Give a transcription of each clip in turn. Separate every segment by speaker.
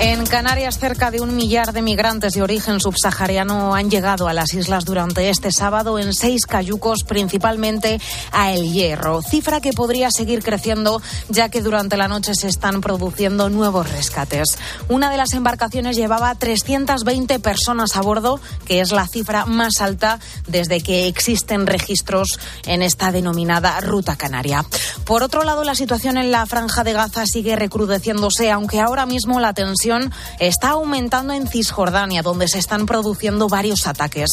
Speaker 1: En Canarias, cerca de un millar de migrantes de origen subsahariano han llegado a las islas durante este sábado en seis cayucos, principalmente a El Hierro, cifra que podría seguir creciendo ya que durante la noche se están produciendo nuevos rescates. Una de las embarcaciones llevaba 320 personas a bordo, que es la cifra más alta desde que existen registros en esta denominada ruta canaria. Por otro lado, la situación en la franja de Gaza sigue recrudeciéndose, aunque ahora mismo la tensión está aumentando en Cisjordania, donde se están produciendo varios ataques.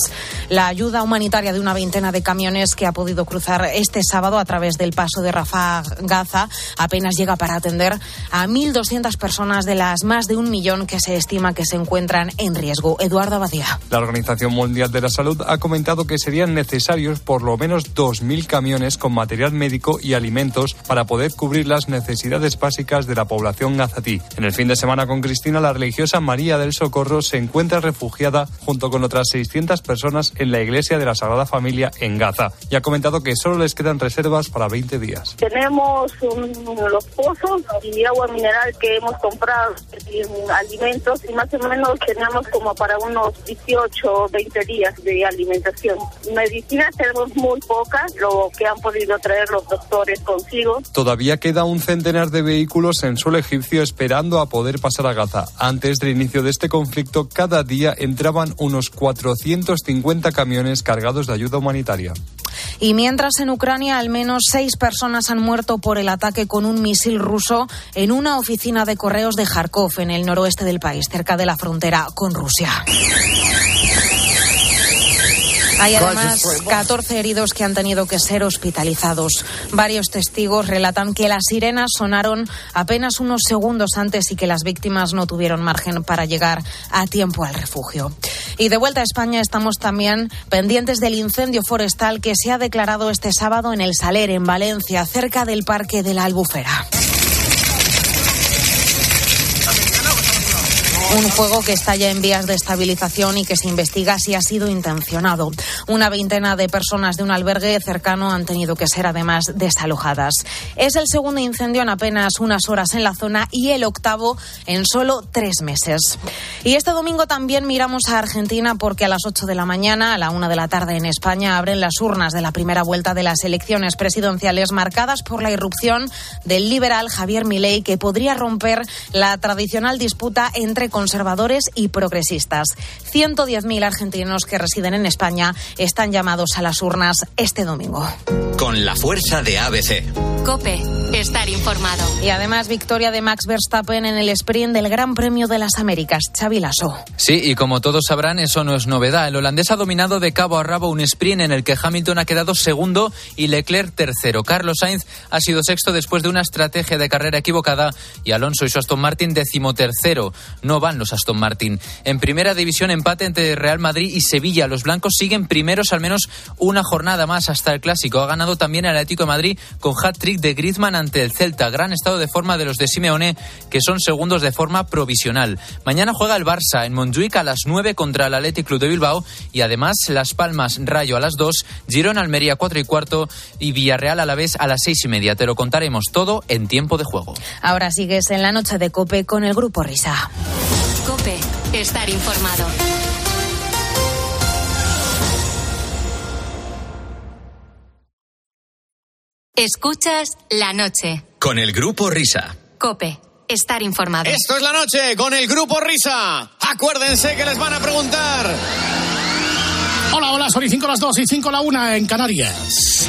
Speaker 1: La ayuda humanitaria de una veintena de camiones que ha podido cruzar este sábado a través del paso de Rafah Gaza apenas llega para atender a 1.200 personas de las más de un millón que se estima que se encuentran en riesgo. Eduardo Abadía.
Speaker 2: La Organización Mundial de la Salud ha comentado que serían necesarios por lo menos 2.000 camiones con material médico y alimentos para poder cubrir las necesidades básicas de la población gazatí. En el fin de semana con Cristina la religiosa María del Socorro se encuentra refugiada junto con otras 600 personas en la iglesia de la Sagrada Familia en Gaza y ha comentado que solo les quedan reservas para 20 días.
Speaker 3: Tenemos un, los pozos y agua mineral que hemos comprado, y alimentos y más o menos tenemos como para unos 18 o 20 días de alimentación. Medicinas tenemos muy pocas, lo que han podido traer los doctores consigo.
Speaker 2: Todavía queda un centenar de vehículos en suelo egipcio esperando a poder pasar a Gaza. Antes del inicio de este conflicto, cada día entraban unos 450 camiones cargados de ayuda humanitaria.
Speaker 1: Y mientras en Ucrania al menos seis personas han muerto por el ataque con un misil ruso en una oficina de correos de Kharkov, en el noroeste del país, cerca de la frontera con Rusia. Hay además 14 heridos que han tenido que ser hospitalizados. Varios testigos relatan que las sirenas sonaron apenas unos segundos antes y que las víctimas no tuvieron margen para llegar a tiempo al refugio. Y de vuelta a España estamos también pendientes del incendio forestal que se ha declarado este sábado en el Saler, en Valencia, cerca del Parque de la Albufera. Un fuego que está ya en vías de estabilización y que se investiga si ha sido intencionado. Una veintena de personas de un albergue cercano han tenido que ser además desalojadas. Es el segundo incendio en apenas unas horas en la zona y el octavo en solo tres meses. Y este domingo también miramos a Argentina porque a las 8 de la mañana, a la 1 de la tarde en España, abren las urnas de la primera vuelta de las elecciones presidenciales marcadas por la irrupción del liberal Javier Milei que podría romper la tradicional disputa entre conservadores y progresistas. 110.000 argentinos que residen en España están llamados a las urnas este domingo.
Speaker 4: Con la fuerza de ABC.
Speaker 5: Cope, estar informado.
Speaker 1: Y además victoria de Max Verstappen en el sprint del Gran Premio de las Américas, Xavi Lasso.
Speaker 6: Sí, y como todos sabrán, eso no es novedad. El holandés ha dominado de cabo a rabo un sprint en el que Hamilton ha quedado segundo y Leclerc tercero. Carlos Sainz ha sido sexto después de una estrategia de carrera equivocada y Alonso y su Aston Martin decimotercero. No va los Aston Martin. En primera división, empate entre Real Madrid y Sevilla. Los blancos siguen primeros al menos una jornada más hasta el clásico. Ha ganado también el Atlético de Madrid con hat-trick de Griezmann ante el Celta. Gran estado de forma de los de Simeone, que son segundos de forma provisional. Mañana juega el Barça en Montjuic a las 9 contra el Athletic Club de Bilbao y además Las Palmas Rayo a las 2, Girón Almería 4 y cuarto y Villarreal a la vez a las 6 y media. Te lo contaremos todo en tiempo de juego.
Speaker 1: Ahora sigues en la noche de Cope con el Grupo Risa.
Speaker 5: Cope, estar informado. Escuchas la noche.
Speaker 4: Con el grupo Risa.
Speaker 5: Cope, estar informado.
Speaker 7: Esto es la noche con el grupo Risa. Acuérdense que les van a preguntar.
Speaker 8: Hola, hola, son y 5 las 2 y 5 la 1 en Canarias.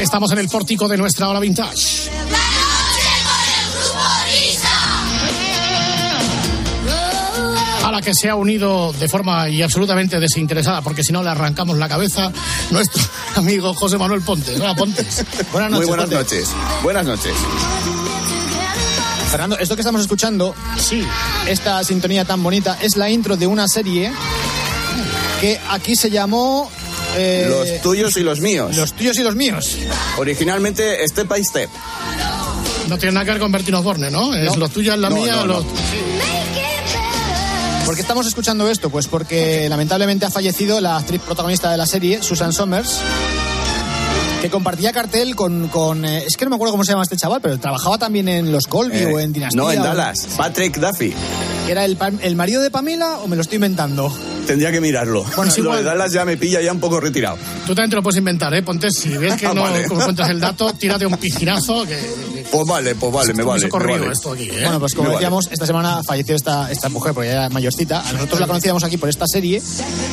Speaker 8: Estamos en el pórtico de nuestra hora vintage.
Speaker 9: La noche
Speaker 8: con el grupo Risa. A la que se ha unido de forma y absolutamente desinteresada, porque si no le arrancamos la cabeza, nuestro amigo José Manuel Pontes. Hola, Pontes.
Speaker 10: Buenas noches. Muy buenas Pontes. noches. Buenas noches.
Speaker 7: Fernando, esto que estamos escuchando,
Speaker 8: sí,
Speaker 7: esta sintonía tan bonita, es la intro de una serie que aquí se llamó
Speaker 10: eh, los tuyos y los míos.
Speaker 7: Los tuyos y los míos.
Speaker 10: Originalmente Step by Step.
Speaker 8: No tiene nada que ver con Bertino Borne, ¿no? Es no. los tuyos, la no, mía, no, los...
Speaker 7: ¿Por qué estamos escuchando esto? Pues porque lamentablemente ha fallecido la actriz protagonista de la serie, Susan Somers, que compartía cartel con, con, eh, es que no me acuerdo cómo se llama este chaval, pero trabajaba también en Los Colby
Speaker 10: Eh,
Speaker 7: o en Dinastía.
Speaker 10: No, en
Speaker 7: o-
Speaker 10: Dallas. Patrick Duffy.
Speaker 7: que ¿Era el, pa- el marido de Pamela o me lo estoy inventando?
Speaker 10: Tendría que mirarlo.
Speaker 7: Bueno, es
Speaker 10: Lo de
Speaker 7: igual.
Speaker 10: Dallas ya me pilla ya un poco retirado.
Speaker 8: Tú también te lo puedes inventar, ¿eh? Ponte, si ves que no
Speaker 10: Ah, Vale.
Speaker 8: encuentras el dato, tírate un piscinazo. Que, que-
Speaker 10: Pues vale, pues vale, me
Speaker 8: Hemos
Speaker 10: vale. me
Speaker 8: corrido
Speaker 10: vale.
Speaker 8: esto aquí, ¿eh?
Speaker 7: Bueno, pues como
Speaker 10: Me vale.
Speaker 7: decíamos, esta semana falleció esta, esta mujer, porque ya era mayorcita. A nosotros la conocíamos aquí por esta serie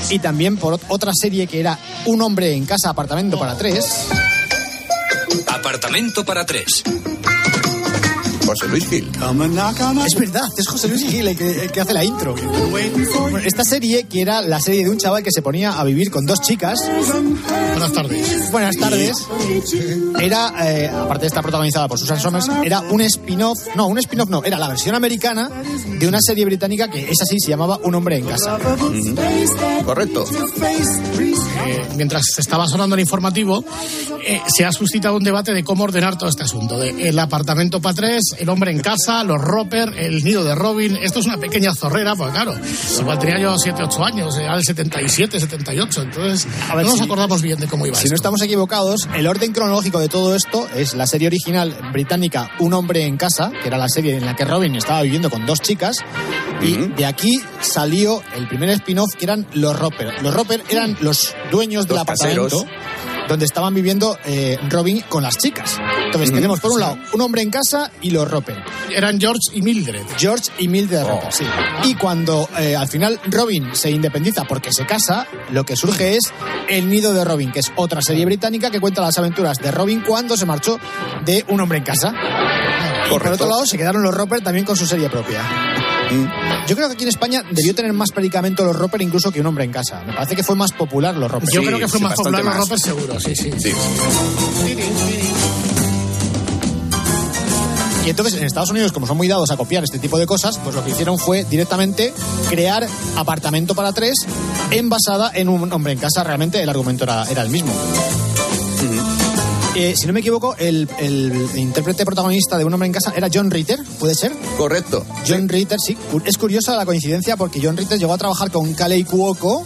Speaker 7: y también por ot- otra serie que era Un hombre en casa, apartamento para tres.
Speaker 4: Apartamento para tres.
Speaker 10: José Luis Gil.
Speaker 7: Es verdad, es José Luis Gil el que, el que hace la intro. Bueno, esta serie, que era la serie de un chaval que se ponía a vivir con dos chicas.
Speaker 8: Buenas tardes.
Speaker 7: Buenas tardes. Era, eh, aparte de estar protagonizada por Susan Somers, era un spin-off, no, un spin-off no, era la versión americana de una serie británica que es así, se llamaba Un hombre en casa.
Speaker 10: Correcto.
Speaker 8: Eh, mientras estaba sonando el informativo, eh, se ha suscitado un debate de cómo ordenar todo este asunto. De el apartamento para tres, el hombre en casa, los roper, el nido de Robin. Esto es una pequeña zorrera, pues claro. Igual tenía yo 7, 8 años, era el 77, 78. Entonces,
Speaker 7: A ver,
Speaker 8: no nos
Speaker 7: si-
Speaker 8: acordamos bien de cómo iba
Speaker 7: Si no
Speaker 8: esto.
Speaker 7: estamos equivocados, el orden cronológico de todo esto es la serie original británica Un hombre en casa, que era la serie en la que Robin estaba viviendo con dos chicas, y de aquí salió el primer spin-off que eran los Roper. Los Roper eran los dueños del
Speaker 10: Los
Speaker 7: apartamento donde estaban viviendo eh, Robin con las chicas. Entonces tenemos por un lado un hombre en casa y los Roper.
Speaker 8: Eran George y Mildred.
Speaker 7: George y Mildred
Speaker 10: Oh.
Speaker 7: Roper, sí. Y cuando eh, al final Robin se independiza porque se casa, lo que surge es El Nido de Robin, que es otra serie británica que cuenta las aventuras de Robin cuando se marchó de Un Hombre en Casa. Y por
Speaker 10: Correcto.
Speaker 7: otro lado, se quedaron los Roper también con su serie propia.
Speaker 10: Mm,
Speaker 7: Yo creo que aquí en España debió tener más predicamento los Roper incluso que Un Hombre en Casa. Me parece que fue más popular los Roper.
Speaker 8: Yo
Speaker 10: Sí,
Speaker 8: creo que fue
Speaker 10: sí,
Speaker 8: más
Speaker 10: bastante
Speaker 8: popular
Speaker 10: más.
Speaker 8: los roper seguro, sí, sí.
Speaker 10: Sí.
Speaker 7: Y entonces en Estados Unidos, como son muy dados a copiar este tipo de cosas, pues lo que hicieron fue directamente crear apartamento para tres en basada en un hombre en casa. Realmente el argumento era, era el mismo.
Speaker 10: Mm,
Speaker 7: Eh, si no me equivoco, el, el intérprete protagonista de Un hombre en casa era John Ritter, ¿puede ser?
Speaker 10: Correcto.
Speaker 7: John Ritter, sí. Cu- Es curiosa la coincidencia porque John Ritter llegó a trabajar con Kalei Cuoco.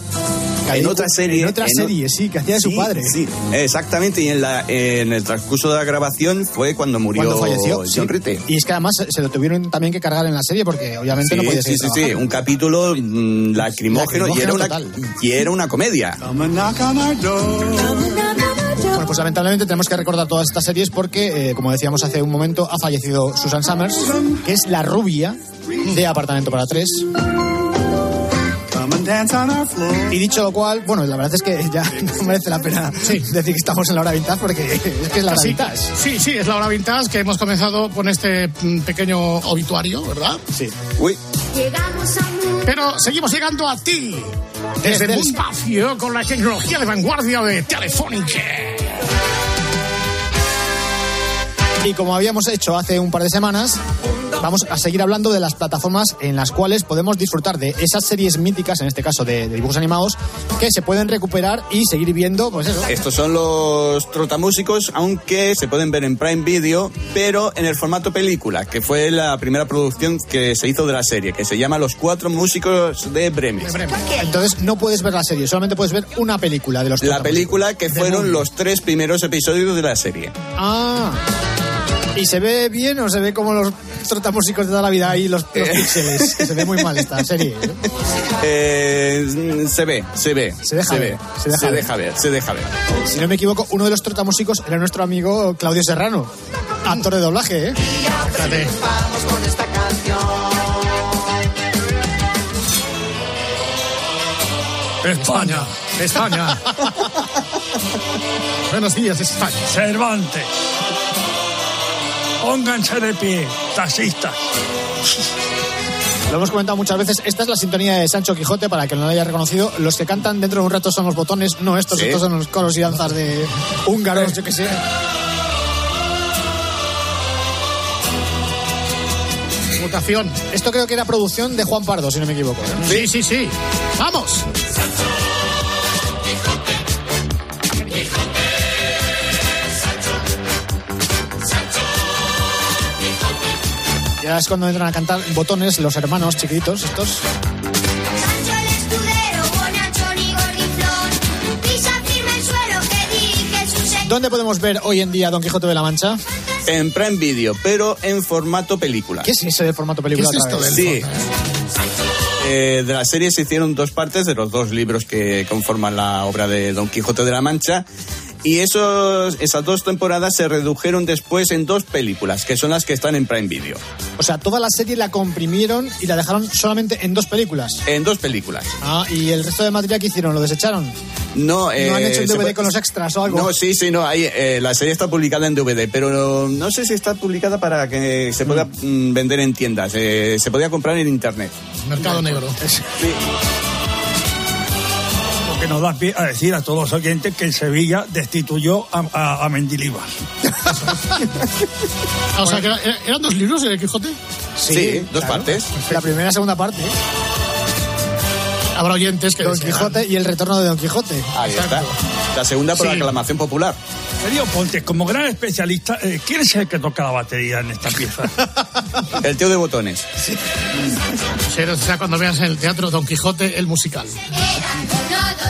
Speaker 7: Kalei
Speaker 10: En
Speaker 7: Cu-
Speaker 10: otra serie.
Speaker 7: En otra
Speaker 10: en o-
Speaker 7: serie, sí, que hacía de su
Speaker 10: Sí,
Speaker 7: padre.
Speaker 10: Sí, exactamente. Y en, la, en el transcurso de la grabación fue cuando murió
Speaker 7: Cuando falleció. sí.
Speaker 10: John Ritter.
Speaker 7: Y es que además se- se lo tuvieron también que cargar en la serie porque obviamente no podía
Speaker 10: sí,
Speaker 7: seguir
Speaker 10: sí, sí,
Speaker 7: trabajando.
Speaker 10: un capítulo mm, lacrimógeno, y,
Speaker 7: Lacrimógeno
Speaker 10: era una,
Speaker 7: total.
Speaker 10: y era una comedia.
Speaker 7: Bueno, pues lamentablemente tenemos que recordar todas estas series porque, eh, como decíamos hace un momento, ha fallecido Susan Summers, que es la rubia de Apartamento para Tres. Y dicho lo cual, bueno, la verdad es que ya no merece la pena decir que estamos en la hora vintage porque es que es la hora
Speaker 8: Sí,
Speaker 7: vintage.
Speaker 8: sí, sí, es la hora vintage que hemos comenzado con este mm, pequeño obituario, ¿verdad?
Speaker 7: Sí.
Speaker 10: Uy,
Speaker 8: Pero seguimos llegando a ti desde,
Speaker 7: Desde
Speaker 8: el
Speaker 7: el
Speaker 8: espacio con la tecnología de vanguardia de Telefónica.
Speaker 7: Y como habíamos hecho hace un par de semanas, vamos a seguir hablando de las plataformas en las cuales podemos disfrutar de esas series míticas, en este caso de, de dibujos animados, que se pueden recuperar y seguir viendo, pues eso.
Speaker 10: estos son los trotamúsicos, aunque se pueden ver en Prime Video, pero en el formato película, que fue la primera producción que se hizo de la serie, que se llama Los Cuatro Músicos de Bremes.
Speaker 7: Entonces no puedes ver la serie, solamente puedes ver una película de los
Speaker 10: La
Speaker 7: Tótanos.
Speaker 10: película que
Speaker 7: De
Speaker 10: fueron
Speaker 7: Moon.
Speaker 10: los tres primeros episodios de la serie.
Speaker 7: Ah. ¿Y se ve bien o se ve como los trotamúsicos de toda la vida ahí, los,
Speaker 8: Eh.
Speaker 7: los píxeles? Que se ve muy mal esta serie. ¿eh?
Speaker 10: Eh, mm, se ve, se ve.
Speaker 7: Se deja ver,
Speaker 10: ve,
Speaker 7: se deja
Speaker 10: se
Speaker 7: ver.
Speaker 10: deja ver, se deja ver.
Speaker 7: Si no me equivoco, uno de los trotamúsicos era nuestro amigo Claudio Serrano, actor de doblaje, ¿eh?
Speaker 8: Espérate. España, España. Buenos días, España.
Speaker 9: Cervantes. Pónganse de pie, taxistas.
Speaker 7: Lo hemos comentado muchas veces. Esta es la sintonía de Sancho Quijote, para que no la haya reconocido. Los que cantan dentro de un rato son los botones, no estos,
Speaker 10: Sí.
Speaker 7: estos son los coros y danzas de húngaros, yo que sé.
Speaker 8: Mutación.
Speaker 7: Esto creo que era producción de Juan Pardo, si no me equivoco. ¿eh?
Speaker 8: Sí, sí, sí. ¡Vamos!
Speaker 7: Y ahora es cuando entran a cantar botones los hermanos chiquititos estos.
Speaker 11: Sancho el escudero, bonachón y gordiflón, pisa firme el suelo que dirige su señor.
Speaker 7: ¿Dónde podemos ver hoy en día Don Quijote de la Mancha?
Speaker 10: En Prime Video, pero en formato película.
Speaker 7: ¿Qué es eso de formato película?
Speaker 10: ¿Qué es
Speaker 7: otra
Speaker 10: esto
Speaker 7: vez?
Speaker 10: del Sí. Eh, de la serie se hicieron dos partes de los dos libros que conforman la obra de Don Quijote de la Mancha. Y esos, esas dos temporadas se redujeron después en dos películas, que son las que están en Prime Video.
Speaker 7: O sea, toda la serie la comprimieron y la dejaron solamente en dos películas.
Speaker 10: En dos películas.
Speaker 7: Ah, y el resto de material que hicieron, lo desecharon.
Speaker 10: No, eh,
Speaker 7: no han hecho el
Speaker 10: se
Speaker 7: DVD
Speaker 10: puede-
Speaker 7: con los extras o algo.
Speaker 10: No, sí, sí, no. Hay, eh, la serie está publicada en DVD, pero no, no sé si está publicada para que se pueda mm, vender en tiendas. eh, se podía comprar en internet.
Speaker 8: Mercado negro.
Speaker 9: Lo que nos da pie a decir a todos los oyentes que el Sevilla destituyó a, a, a Mendilibar.
Speaker 8: Ah, o sea, que era- era- eran dos libros el Quijote.
Speaker 10: Sí, dos partes.
Speaker 7: La primera y segunda parte.
Speaker 8: Habrá oyentes que
Speaker 7: Don
Speaker 8: desearán.
Speaker 7: Quijote y el retorno de Don Quijote.
Speaker 10: Ahí está. La segunda por
Speaker 9: Sí.
Speaker 10: aclamación popular.
Speaker 9: Querido Pontes, como gran especialista, eh, ¿quién es el que toca la batería en esta pieza?
Speaker 10: El tío de botones.
Speaker 8: Sí, O sea, cuando veas en el teatro Don Quijote, el musical.
Speaker 11: Uno,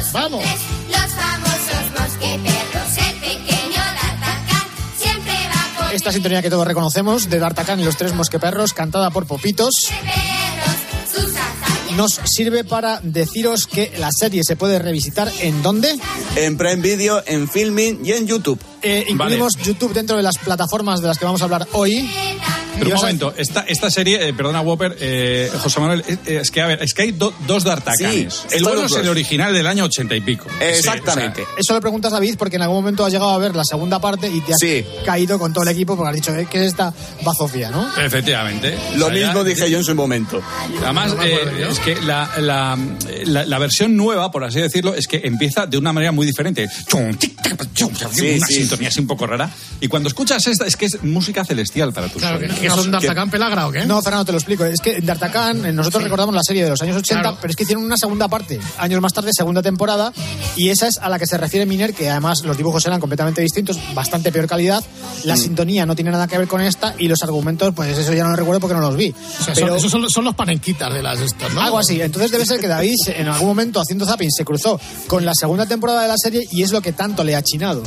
Speaker 11: dos,
Speaker 8: Vamos.
Speaker 11: tres, los famosos mosqueteros, el pequeño D'Artagnan siempre va con
Speaker 7: Esta sintonía que todos reconocemos, de D'Artagnan y los tres mosqueperros, cantada por Popitos,
Speaker 11: perros, sus hazañas.
Speaker 7: nos sirve para deciros que la serie se puede revisitar en dónde.
Speaker 10: En Prime Video, en Filming y en YouTube.
Speaker 7: Eh, incluimos YouTube dentro de las plataformas de las que vamos a hablar hoy.
Speaker 2: Pero
Speaker 7: Y
Speaker 2: un
Speaker 7: os-
Speaker 2: momento, esta, esta serie, eh, perdona Whopper, eh, José Manuel, es, es que a ver, es que hay do- dos D'Artacanes.
Speaker 10: Sí,
Speaker 2: el
Speaker 10: están
Speaker 2: bueno
Speaker 10: los
Speaker 2: es el
Speaker 10: dos.
Speaker 2: original del año ochenta y pico.
Speaker 10: Exactamente.
Speaker 2: Sí, o
Speaker 7: Eso le preguntas a David porque en algún momento has llegado a ver la segunda parte y te has
Speaker 10: Sí.
Speaker 7: caído con todo el equipo porque has dicho, eh, ¿qué es esta bazofía, no?
Speaker 2: sea, efectivamente.
Speaker 10: Lo
Speaker 2: O sea, ya-
Speaker 10: mismo dije yo en su momento.
Speaker 2: Además, eh, es que la, la- la- la versión nueva, por así decirlo, es que empieza de una manera muy diferente. Chum, tic, tac, chum,
Speaker 10: Sí,
Speaker 2: una
Speaker 10: sí.
Speaker 2: sintonía así un poco rara. Y cuando escuchas esta, es que es música celestial para tus
Speaker 8: Claro, que,
Speaker 2: oídos.
Speaker 8: que son D'Artagnan ¿eh? Pelagra o qué?
Speaker 7: No, Fernando, te lo explico. Es que en D'Artagnan, eh, nosotros recordamos la serie de los años 80,
Speaker 8: Claro.
Speaker 7: pero es que hicieron una segunda parte, años más tarde, segunda temporada, y esa es a la que se refiere Miner, que además los dibujos eran completamente distintos, bastante peor calidad, la sintonía no tiene nada que ver con esta, y los argumentos, pues eso ya no lo recuerdo porque no los vi.
Speaker 8: O sea, son-
Speaker 7: pero
Speaker 8: esos son, son los panenquitas de las estas, ¿no?
Speaker 7: algo así. Entonces debe ser que David, en algún momento, haciendo zapping, se cruzó con la segunda temporada de la serie y es lo que tanto le ha chinado.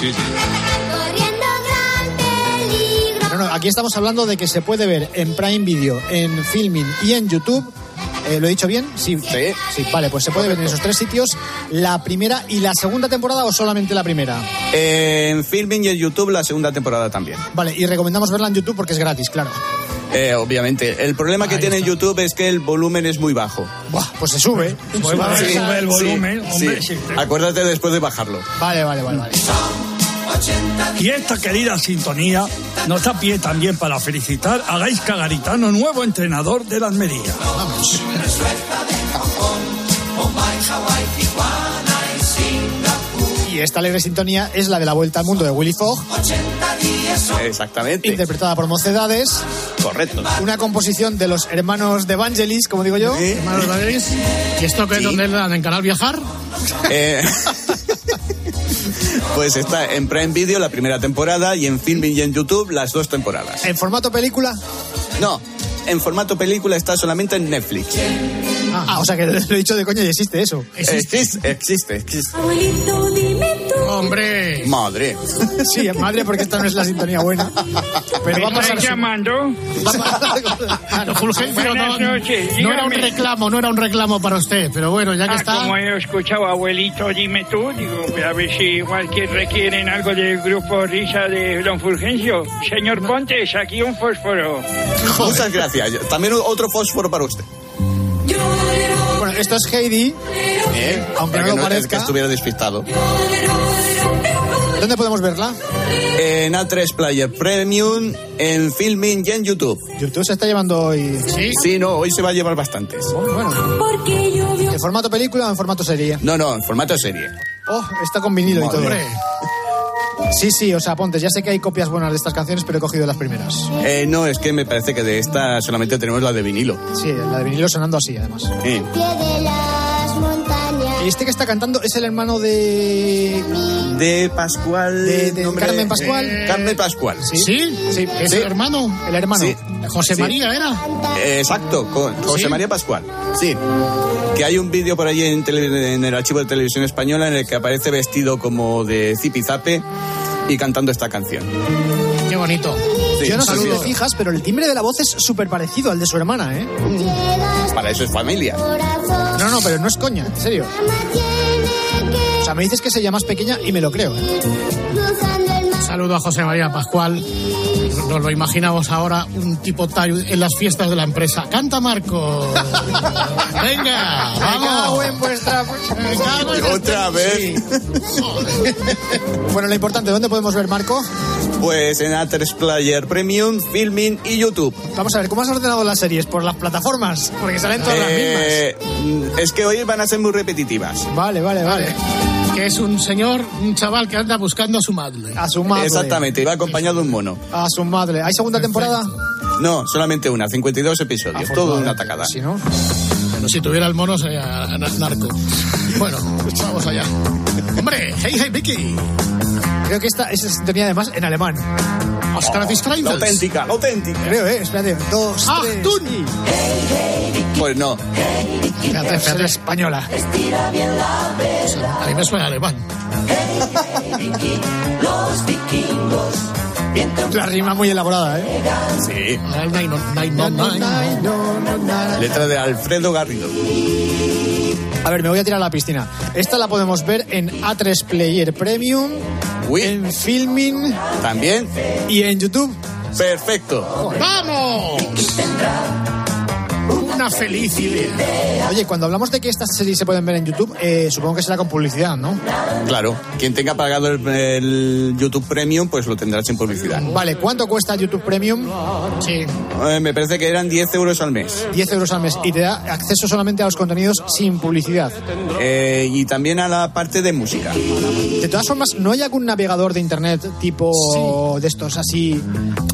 Speaker 2: Sí, sí.
Speaker 11: Corriendo gran peligro.
Speaker 7: No, no, aquí estamos hablando de que se puede ver en Prime Video, en Filmin y en YouTube. Eh, ¿Lo he dicho bien? Sí.
Speaker 10: Sí.
Speaker 7: Vale, pues se puede ver en esos tres sitios la primera y la segunda temporada o solamente la primera.
Speaker 10: Eh, en Filming y en YouTube la segunda temporada también.
Speaker 7: Vale, y recomendamos verla en YouTube porque es gratis, claro.
Speaker 10: Eh, obviamente. El problema que tiene YouTube es que el volumen es muy bajo.
Speaker 7: Buah, pues se sube.
Speaker 9: Sube,
Speaker 7: Sí.
Speaker 9: sube el volumen, hombre.
Speaker 10: sí.
Speaker 9: sí.
Speaker 10: Acuérdate después de bajarlo.
Speaker 7: Vale, vale, vale, vale.
Speaker 9: Y esta querida sintonía nos da pie también para felicitar a Gais Cagaritano, nuevo entrenador de la Almería.
Speaker 7: Y esta alegre sintonía es la de la Vuelta al Mundo de Willy Fogg,
Speaker 10: Exactamente.
Speaker 7: interpretada por Mocedades,
Speaker 10: Correcto.
Speaker 7: una composición de los hermanos de Evangelis, como digo yo.
Speaker 10: Sí.
Speaker 8: Hermanos D'Artagnan. ¿Y esto que es donde le dan en Canal Viajar?
Speaker 10: Eh, pues está en Prime Video la primera temporada y en Filming y en YouTube las dos temporadas.
Speaker 7: En formato película.
Speaker 10: No, en formato película está solamente en Netflix.
Speaker 7: Ah, o sea que lo he dicho de coña y existe Ah. eso.
Speaker 10: Existe, existe, existe.
Speaker 11: Abuelito, dime tú.
Speaker 8: ¡Hombre!
Speaker 10: Madre.
Speaker 7: Sí, madre, porque esta no es la sintonía buena. Pero va a pasar.
Speaker 9: llamando?
Speaker 8: Claro, Fulgencio, Ah, no,
Speaker 12: Buenas noches,
Speaker 8: no era un
Speaker 12: dígame.
Speaker 8: reclamo, no era un reclamo para usted, pero bueno, ya que
Speaker 12: Ah,
Speaker 8: está...
Speaker 12: como he escuchado, abuelito, dime tú. Digo, a ver si igual que requieren algo del grupo Risa de Don Fulgencio. Señor Pontes, aquí un fósforo.
Speaker 10: Muchas gracias. También otro fósforo para usted.
Speaker 7: Bueno, esto es Heidi.
Speaker 10: ¿Eh?
Speaker 7: Aunque
Speaker 10: Para
Speaker 7: no lo
Speaker 10: que es que
Speaker 7: parezca.
Speaker 10: estuviera despistado.
Speaker 7: ¿Dónde podemos verla?
Speaker 10: En A3 Player Premium, en Filming y en YouTube.
Speaker 7: YouTube se está llevando hoy.
Speaker 8: Sí,
Speaker 10: Sí, no, hoy se va a llevar bastantes.
Speaker 7: Bueno,
Speaker 11: Porque llovió.
Speaker 7: ¿en formato película o en formato serie?
Speaker 10: No, no, en formato serie.
Speaker 7: Oh, está con vinilo y todo.
Speaker 8: hombre.
Speaker 7: Sí, sí, o sea, ponte, ya sé que hay copias buenas de estas canciones, pero he cogido las primeras.
Speaker 10: Eh, no, es que me parece que de esta solamente tenemos la de vinilo. Eh.
Speaker 7: Sí, la de vinilo sonando así, además.
Speaker 10: Sí.
Speaker 11: Pie de las montañas.
Speaker 7: Este que está cantando es el hermano de.
Speaker 10: De Pascual.
Speaker 7: De, de
Speaker 10: nombre-
Speaker 7: Carmen Pascual.
Speaker 10: Eh, Carmen Pascual.
Speaker 7: Sí. Sí, es el hermano. El hermano.
Speaker 10: Sí.
Speaker 7: José
Speaker 10: Sí.
Speaker 7: María era.
Speaker 10: Eh, Exacto, con José María Pascual. Sí. Que hay un vídeo por allí en, tele- en el archivo de televisión española en el que aparece vestido como de zipizape y cantando esta canción.
Speaker 8: Qué bonito.
Speaker 10: Sí,
Speaker 7: Yo no
Speaker 10: sí,
Speaker 7: sé si
Speaker 10: sí,
Speaker 7: te
Speaker 10: sí.
Speaker 7: fijas, pero el timbre de la voz es súper parecido al de su hermana, ¿eh?
Speaker 10: Para eso es familia.
Speaker 7: No, no, pero no es coña, en serio. O sea, me dices que se llama más pequeña y me lo creo. ¿eh?
Speaker 8: Saludo a José María Pascual. Nos lo imaginamos ahora, un tipo tallo en las fiestas de la empresa. ¡Canta, Marco! ¡Venga!
Speaker 7: Me cago
Speaker 8: ¡Vamos!
Speaker 7: en vuestra-
Speaker 8: Me cago en-
Speaker 10: Otra vez.
Speaker 7: bueno, lo importante, ¿dónde podemos ver Marco?
Speaker 10: Pues en A3 Player Premium, Filmin y YouTube.
Speaker 7: Vamos a ver, ¿cómo has ordenado las series? ¿Por las plataformas? Porque salen todas
Speaker 10: Eh, mm, es que hoy van a ser muy repetitivas.
Speaker 7: las mismas. Vale, vale, vale.
Speaker 8: Que es un señor, un chaval que anda buscando a su madre.
Speaker 7: A su madre.
Speaker 10: Exactamente, y va acompañado de un mono.
Speaker 7: A su madre. ¿Hay segunda temporada? Ah, pues
Speaker 10: No, solamente una, 52 episodios, todo una tacada.
Speaker 7: Si no.
Speaker 8: Bueno, si tuviera el mono sería na- narco. Bueno, pues vamos allá. ¡Hombre! ¡Hey, hey, Vicky!
Speaker 7: Creo que esta es la sintonía además en alemán.
Speaker 8: ¡Oscar
Speaker 10: La
Speaker 8: Distrainders!
Speaker 10: auténtica, la auténtica.
Speaker 7: Creo, ¿eh? Espérate. Dos,
Speaker 8: Ah,
Speaker 7: tres.
Speaker 8: ¡Achtung!
Speaker 10: Pues no,
Speaker 8: Espérate,
Speaker 7: Es
Speaker 8: espérate.
Speaker 7: española.
Speaker 8: A mí me suena alemán.
Speaker 7: La rima muy elaborada, ¿eh?
Speaker 10: sí.
Speaker 8: Ahora el nine, nine, nine, nine.
Speaker 7: Ay, no, no, na, na.
Speaker 10: Letra de Alfredo Garrido.
Speaker 7: A ver, me voy a tirar a la piscina. Esta la podemos ver en A3 Player Premium,
Speaker 10: Uy.
Speaker 7: en Filming
Speaker 10: También,
Speaker 7: y en YouTube.
Speaker 10: perfecto.
Speaker 8: ¡Vamos! Una feliz idea.
Speaker 7: Oye, cuando hablamos de que estas series se pueden ver en YouTube, eh, supongo que será con publicidad, ¿no?
Speaker 10: Claro, quien tenga pagado el, el YouTube Premium, pues lo tendrá sin publicidad.
Speaker 7: Vale, ¿cuánto cuesta YouTube Premium?
Speaker 8: Sí.
Speaker 10: Eh, me parece que eran 10 euros al mes.
Speaker 7: 10 euros al mes y te da acceso solamente a los contenidos sin publicidad.
Speaker 10: Eh, y también a la parte de música.
Speaker 7: De todas formas, ¿no hay algún navegador de internet tipo de estos así,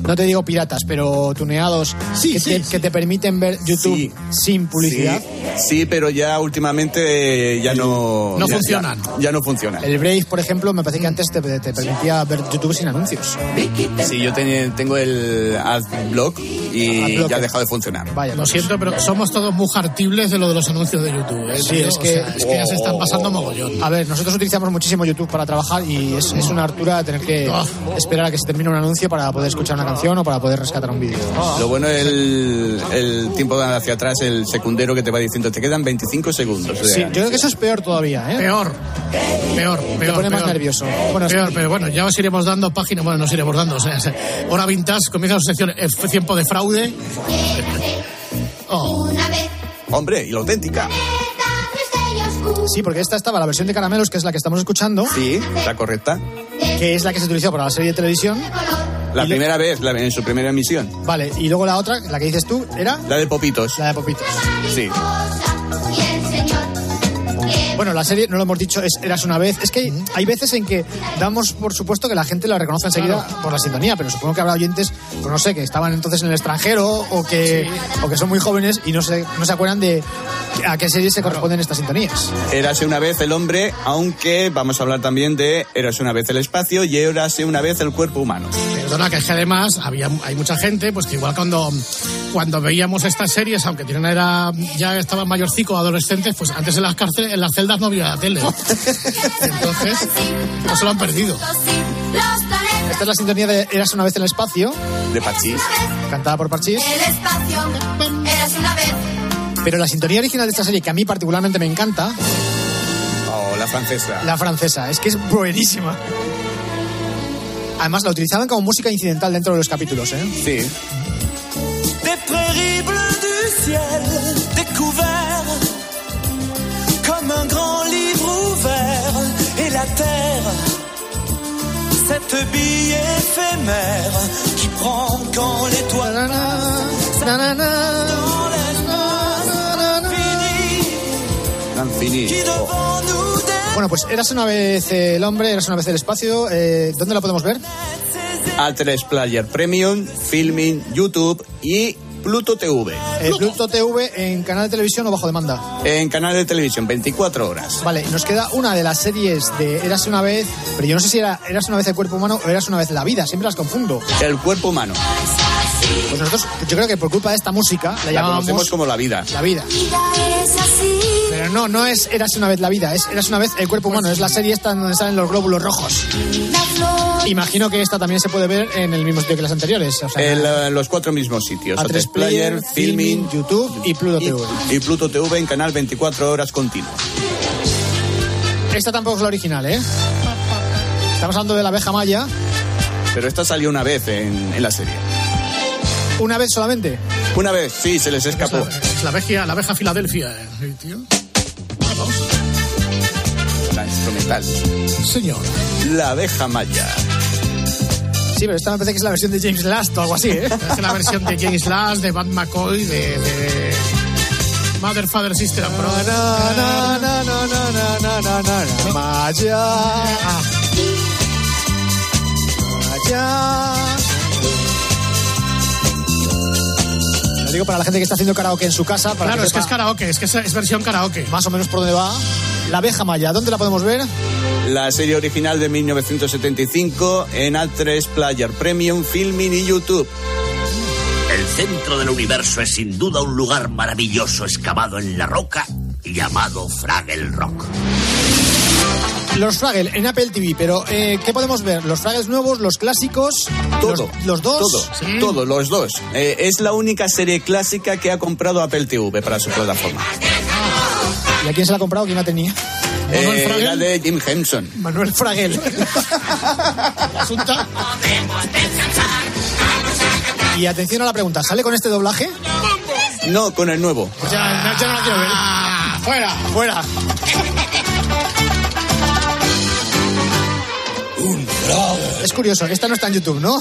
Speaker 7: no te digo piratas, pero tuneados,
Speaker 8: Sí,
Speaker 7: que,
Speaker 8: sí,
Speaker 7: te,
Speaker 8: sí.
Speaker 7: que te permiten ver YouTube
Speaker 10: Sí.
Speaker 7: sin publicidad?
Speaker 10: Sí, sí, pero ya últimamente eh, ya no...
Speaker 8: No
Speaker 10: ya-
Speaker 8: funcionan.
Speaker 10: Ya, ya no funcionan.
Speaker 7: El Brave, por ejemplo, me parece que antes te, te permitía ver YouTube sin anuncios.
Speaker 10: Sí, yo ten- tengo el AdBlock y
Speaker 7: Adblocker.
Speaker 10: ya ha dejado de funcionar.
Speaker 7: Vaya,
Speaker 8: Lo siento, pero somos todos muy hartibles de lo de los anuncios de YouTube. ¿eh,
Speaker 7: Sí,
Speaker 8: tío?
Speaker 7: es
Speaker 8: O
Speaker 7: que-
Speaker 8: sea, es que ya se están pasando mogollón.
Speaker 7: A ver, nosotros utilizamos muchísimo YouTube para trabajar y es, es una hartura tener que
Speaker 8: Ah.
Speaker 7: esperar a que se termine un anuncio para poder escuchar una canción o para poder rescatar un vídeo.
Speaker 10: Lo bueno es el, el tiempo de hacia atrás, el secundero que te va diciendo, te quedan 25 segundos. de
Speaker 7: Sí, yo
Speaker 10: anuncio.
Speaker 7: creo que eso es peor todavía, ¿eh?
Speaker 8: Peor, peor, peor.
Speaker 7: Te pone más
Speaker 8: peor.
Speaker 7: nervioso. Bueno, es-
Speaker 8: Peor, pero bueno, ya os iremos dando páginas. Bueno, nos iremos dando. O sea, hora vintage, comienza la sección eh, tiempo de fraude. Oh,
Speaker 11: Una vez
Speaker 10: Hombre, y la auténtica.
Speaker 11: esta estrella oscura
Speaker 7: sí, porque esta estaba la versión de Caramelos, que es la que estamos escuchando,
Speaker 10: Sí, la correcta.
Speaker 7: que es la que se utilizó para la serie de televisión.
Speaker 10: La
Speaker 7: Y le-
Speaker 10: primera vez, la- en su primera emisión.
Speaker 7: Vale, y luego la otra, la que dices tú, era
Speaker 10: La de Popitos.
Speaker 7: la de Popitos.
Speaker 10: Sí.
Speaker 11: y el señor que
Speaker 7: Bueno, la serie, no lo hemos dicho, es Eras una vez. Es que hay- hay veces en que damos por supuesto que la gente la reconoce enseguida por la sintonía, pero supongo que habrá oyentes, pues no sé, que estaban entonces en el extranjero o que, o que son muy jóvenes y no se, no se acuerdan de a qué serie se corresponden estas sintonías.
Speaker 10: Érase una vez el hombre, aunque vamos a hablar también de Érase una vez el espacio y Érase una vez el cuerpo humano.
Speaker 8: perdona, que es que además había, hay mucha gente, pues que igual cuando, cuando veíamos estas series, aunque tienen era, ya estaban mayorcicos, adolescentes, pues antes en las cárceles, en las celdas no había tele. Entonces, no se lo han perdido.
Speaker 11: los planetas
Speaker 7: Esta es la sintonía de Eras una vez en el espacio,
Speaker 10: De Pachís.
Speaker 7: cantada por Parchís.
Speaker 11: el espacio eras una vez
Speaker 7: Pero la sintonía original de esta serie, que a mí particularmente me encanta,
Speaker 10: Oh, la francesa.
Speaker 7: la francesa, es que es buenísima. Además, la utilizaban como música incidental dentro de los capítulos, ¿eh?
Speaker 10: Sí.
Speaker 13: des prairies bleues du ciel découvert, comme un grand livre ouvert, et la terre, cette bille éphémère qui prend quand l'étoile dans l'espace finit,
Speaker 10: Lanzini.
Speaker 13: qui devant nous
Speaker 7: Bueno, pues eras una vez eh, el hombre, eras una vez el espacio. eh, ¿Dónde la podemos ver?
Speaker 13: délaisse ses
Speaker 10: A3 Player Premium, Filming, YouTube y Pluto TV.
Speaker 7: El Pluto TV en canal de televisión o bajo demanda.
Speaker 10: En canal de televisión, 24 horas.
Speaker 7: Vale, nos queda una de las series de Eras una vez, pero yo no sé si era Eras una vez el cuerpo humano o Eras una vez la vida, siempre las confundo.
Speaker 10: El cuerpo humano.
Speaker 7: Pues nosotros, yo creo que por culpa de esta música la,
Speaker 10: La
Speaker 7: llamábamos
Speaker 10: conocemos como la vida.
Speaker 7: La vida. Pero no, no es Eras una vez la vida, es Eras una vez el cuerpo humano, es la serie esta donde salen los glóbulos rojos. Imagino que esta también se puede ver en el mismo sitio que las anteriores. o sea,
Speaker 10: El, eh, los cuatro mismos sitios.
Speaker 7: A3
Speaker 10: A3 Player,
Speaker 7: Player,
Speaker 10: Filming,
Speaker 7: YouTube y Pluto TV.
Speaker 10: Y Pluto TV en canal 24 horas continuo.
Speaker 7: Esta tampoco es la original, ¿eh? Estamos hablando de la abeja maya,
Speaker 10: Pero esta salió una vez en, en la serie.
Speaker 7: una vez solamente.
Speaker 10: Una vez, sí, se les escapó.
Speaker 8: Es la abeja, la abeja Filadelfia. eh, sí, tío.
Speaker 10: La instrumental.
Speaker 8: Señor.
Speaker 10: La abeja maya.
Speaker 7: Sí, pero esta me parece que es la versión de James Last o algo así, ¿eh?
Speaker 8: Es la versión de James Last, de Bat McCoy, de, de Mother, Father, Sister and Brother.
Speaker 7: Maya. Maya. Lo digo para la gente que está haciendo karaoke en su casa. Para
Speaker 8: Claro, es que es karaoke, es que es, es versión karaoke.
Speaker 7: Más o menos por donde va. La abeja maya, ¿dónde la podemos ver?
Speaker 10: La serie original de 1975 en A3 Player Premium, Filming y YouTube.
Speaker 14: El centro del universo es sin duda un lugar maravilloso excavado en la roca llamado Fraggle Rock.
Speaker 7: Los Fraggles en Apple TV, pero eh, ¿qué podemos ver? ¿Los Fraggles nuevos, los clásicos?
Speaker 10: Todo.
Speaker 7: ¿Los, los dos?
Speaker 10: Todo, todo, los dos. Eh, es la única serie clásica que ha comprado Apple TV para su plataforma.
Speaker 7: ¿Y a quién se la ha comprado? ¿Quién la tenía?
Speaker 10: Eh, la de Jim Henson.
Speaker 7: Manuel Fraguel. Y atención a la pregunta, ¿sale con este doblaje?
Speaker 10: No, con el nuevo.
Speaker 7: Ya, no, ya no la quiero ver.
Speaker 10: Ah.
Speaker 7: fuera, fuera. Es curioso, esta no está en YouTube, ¿no?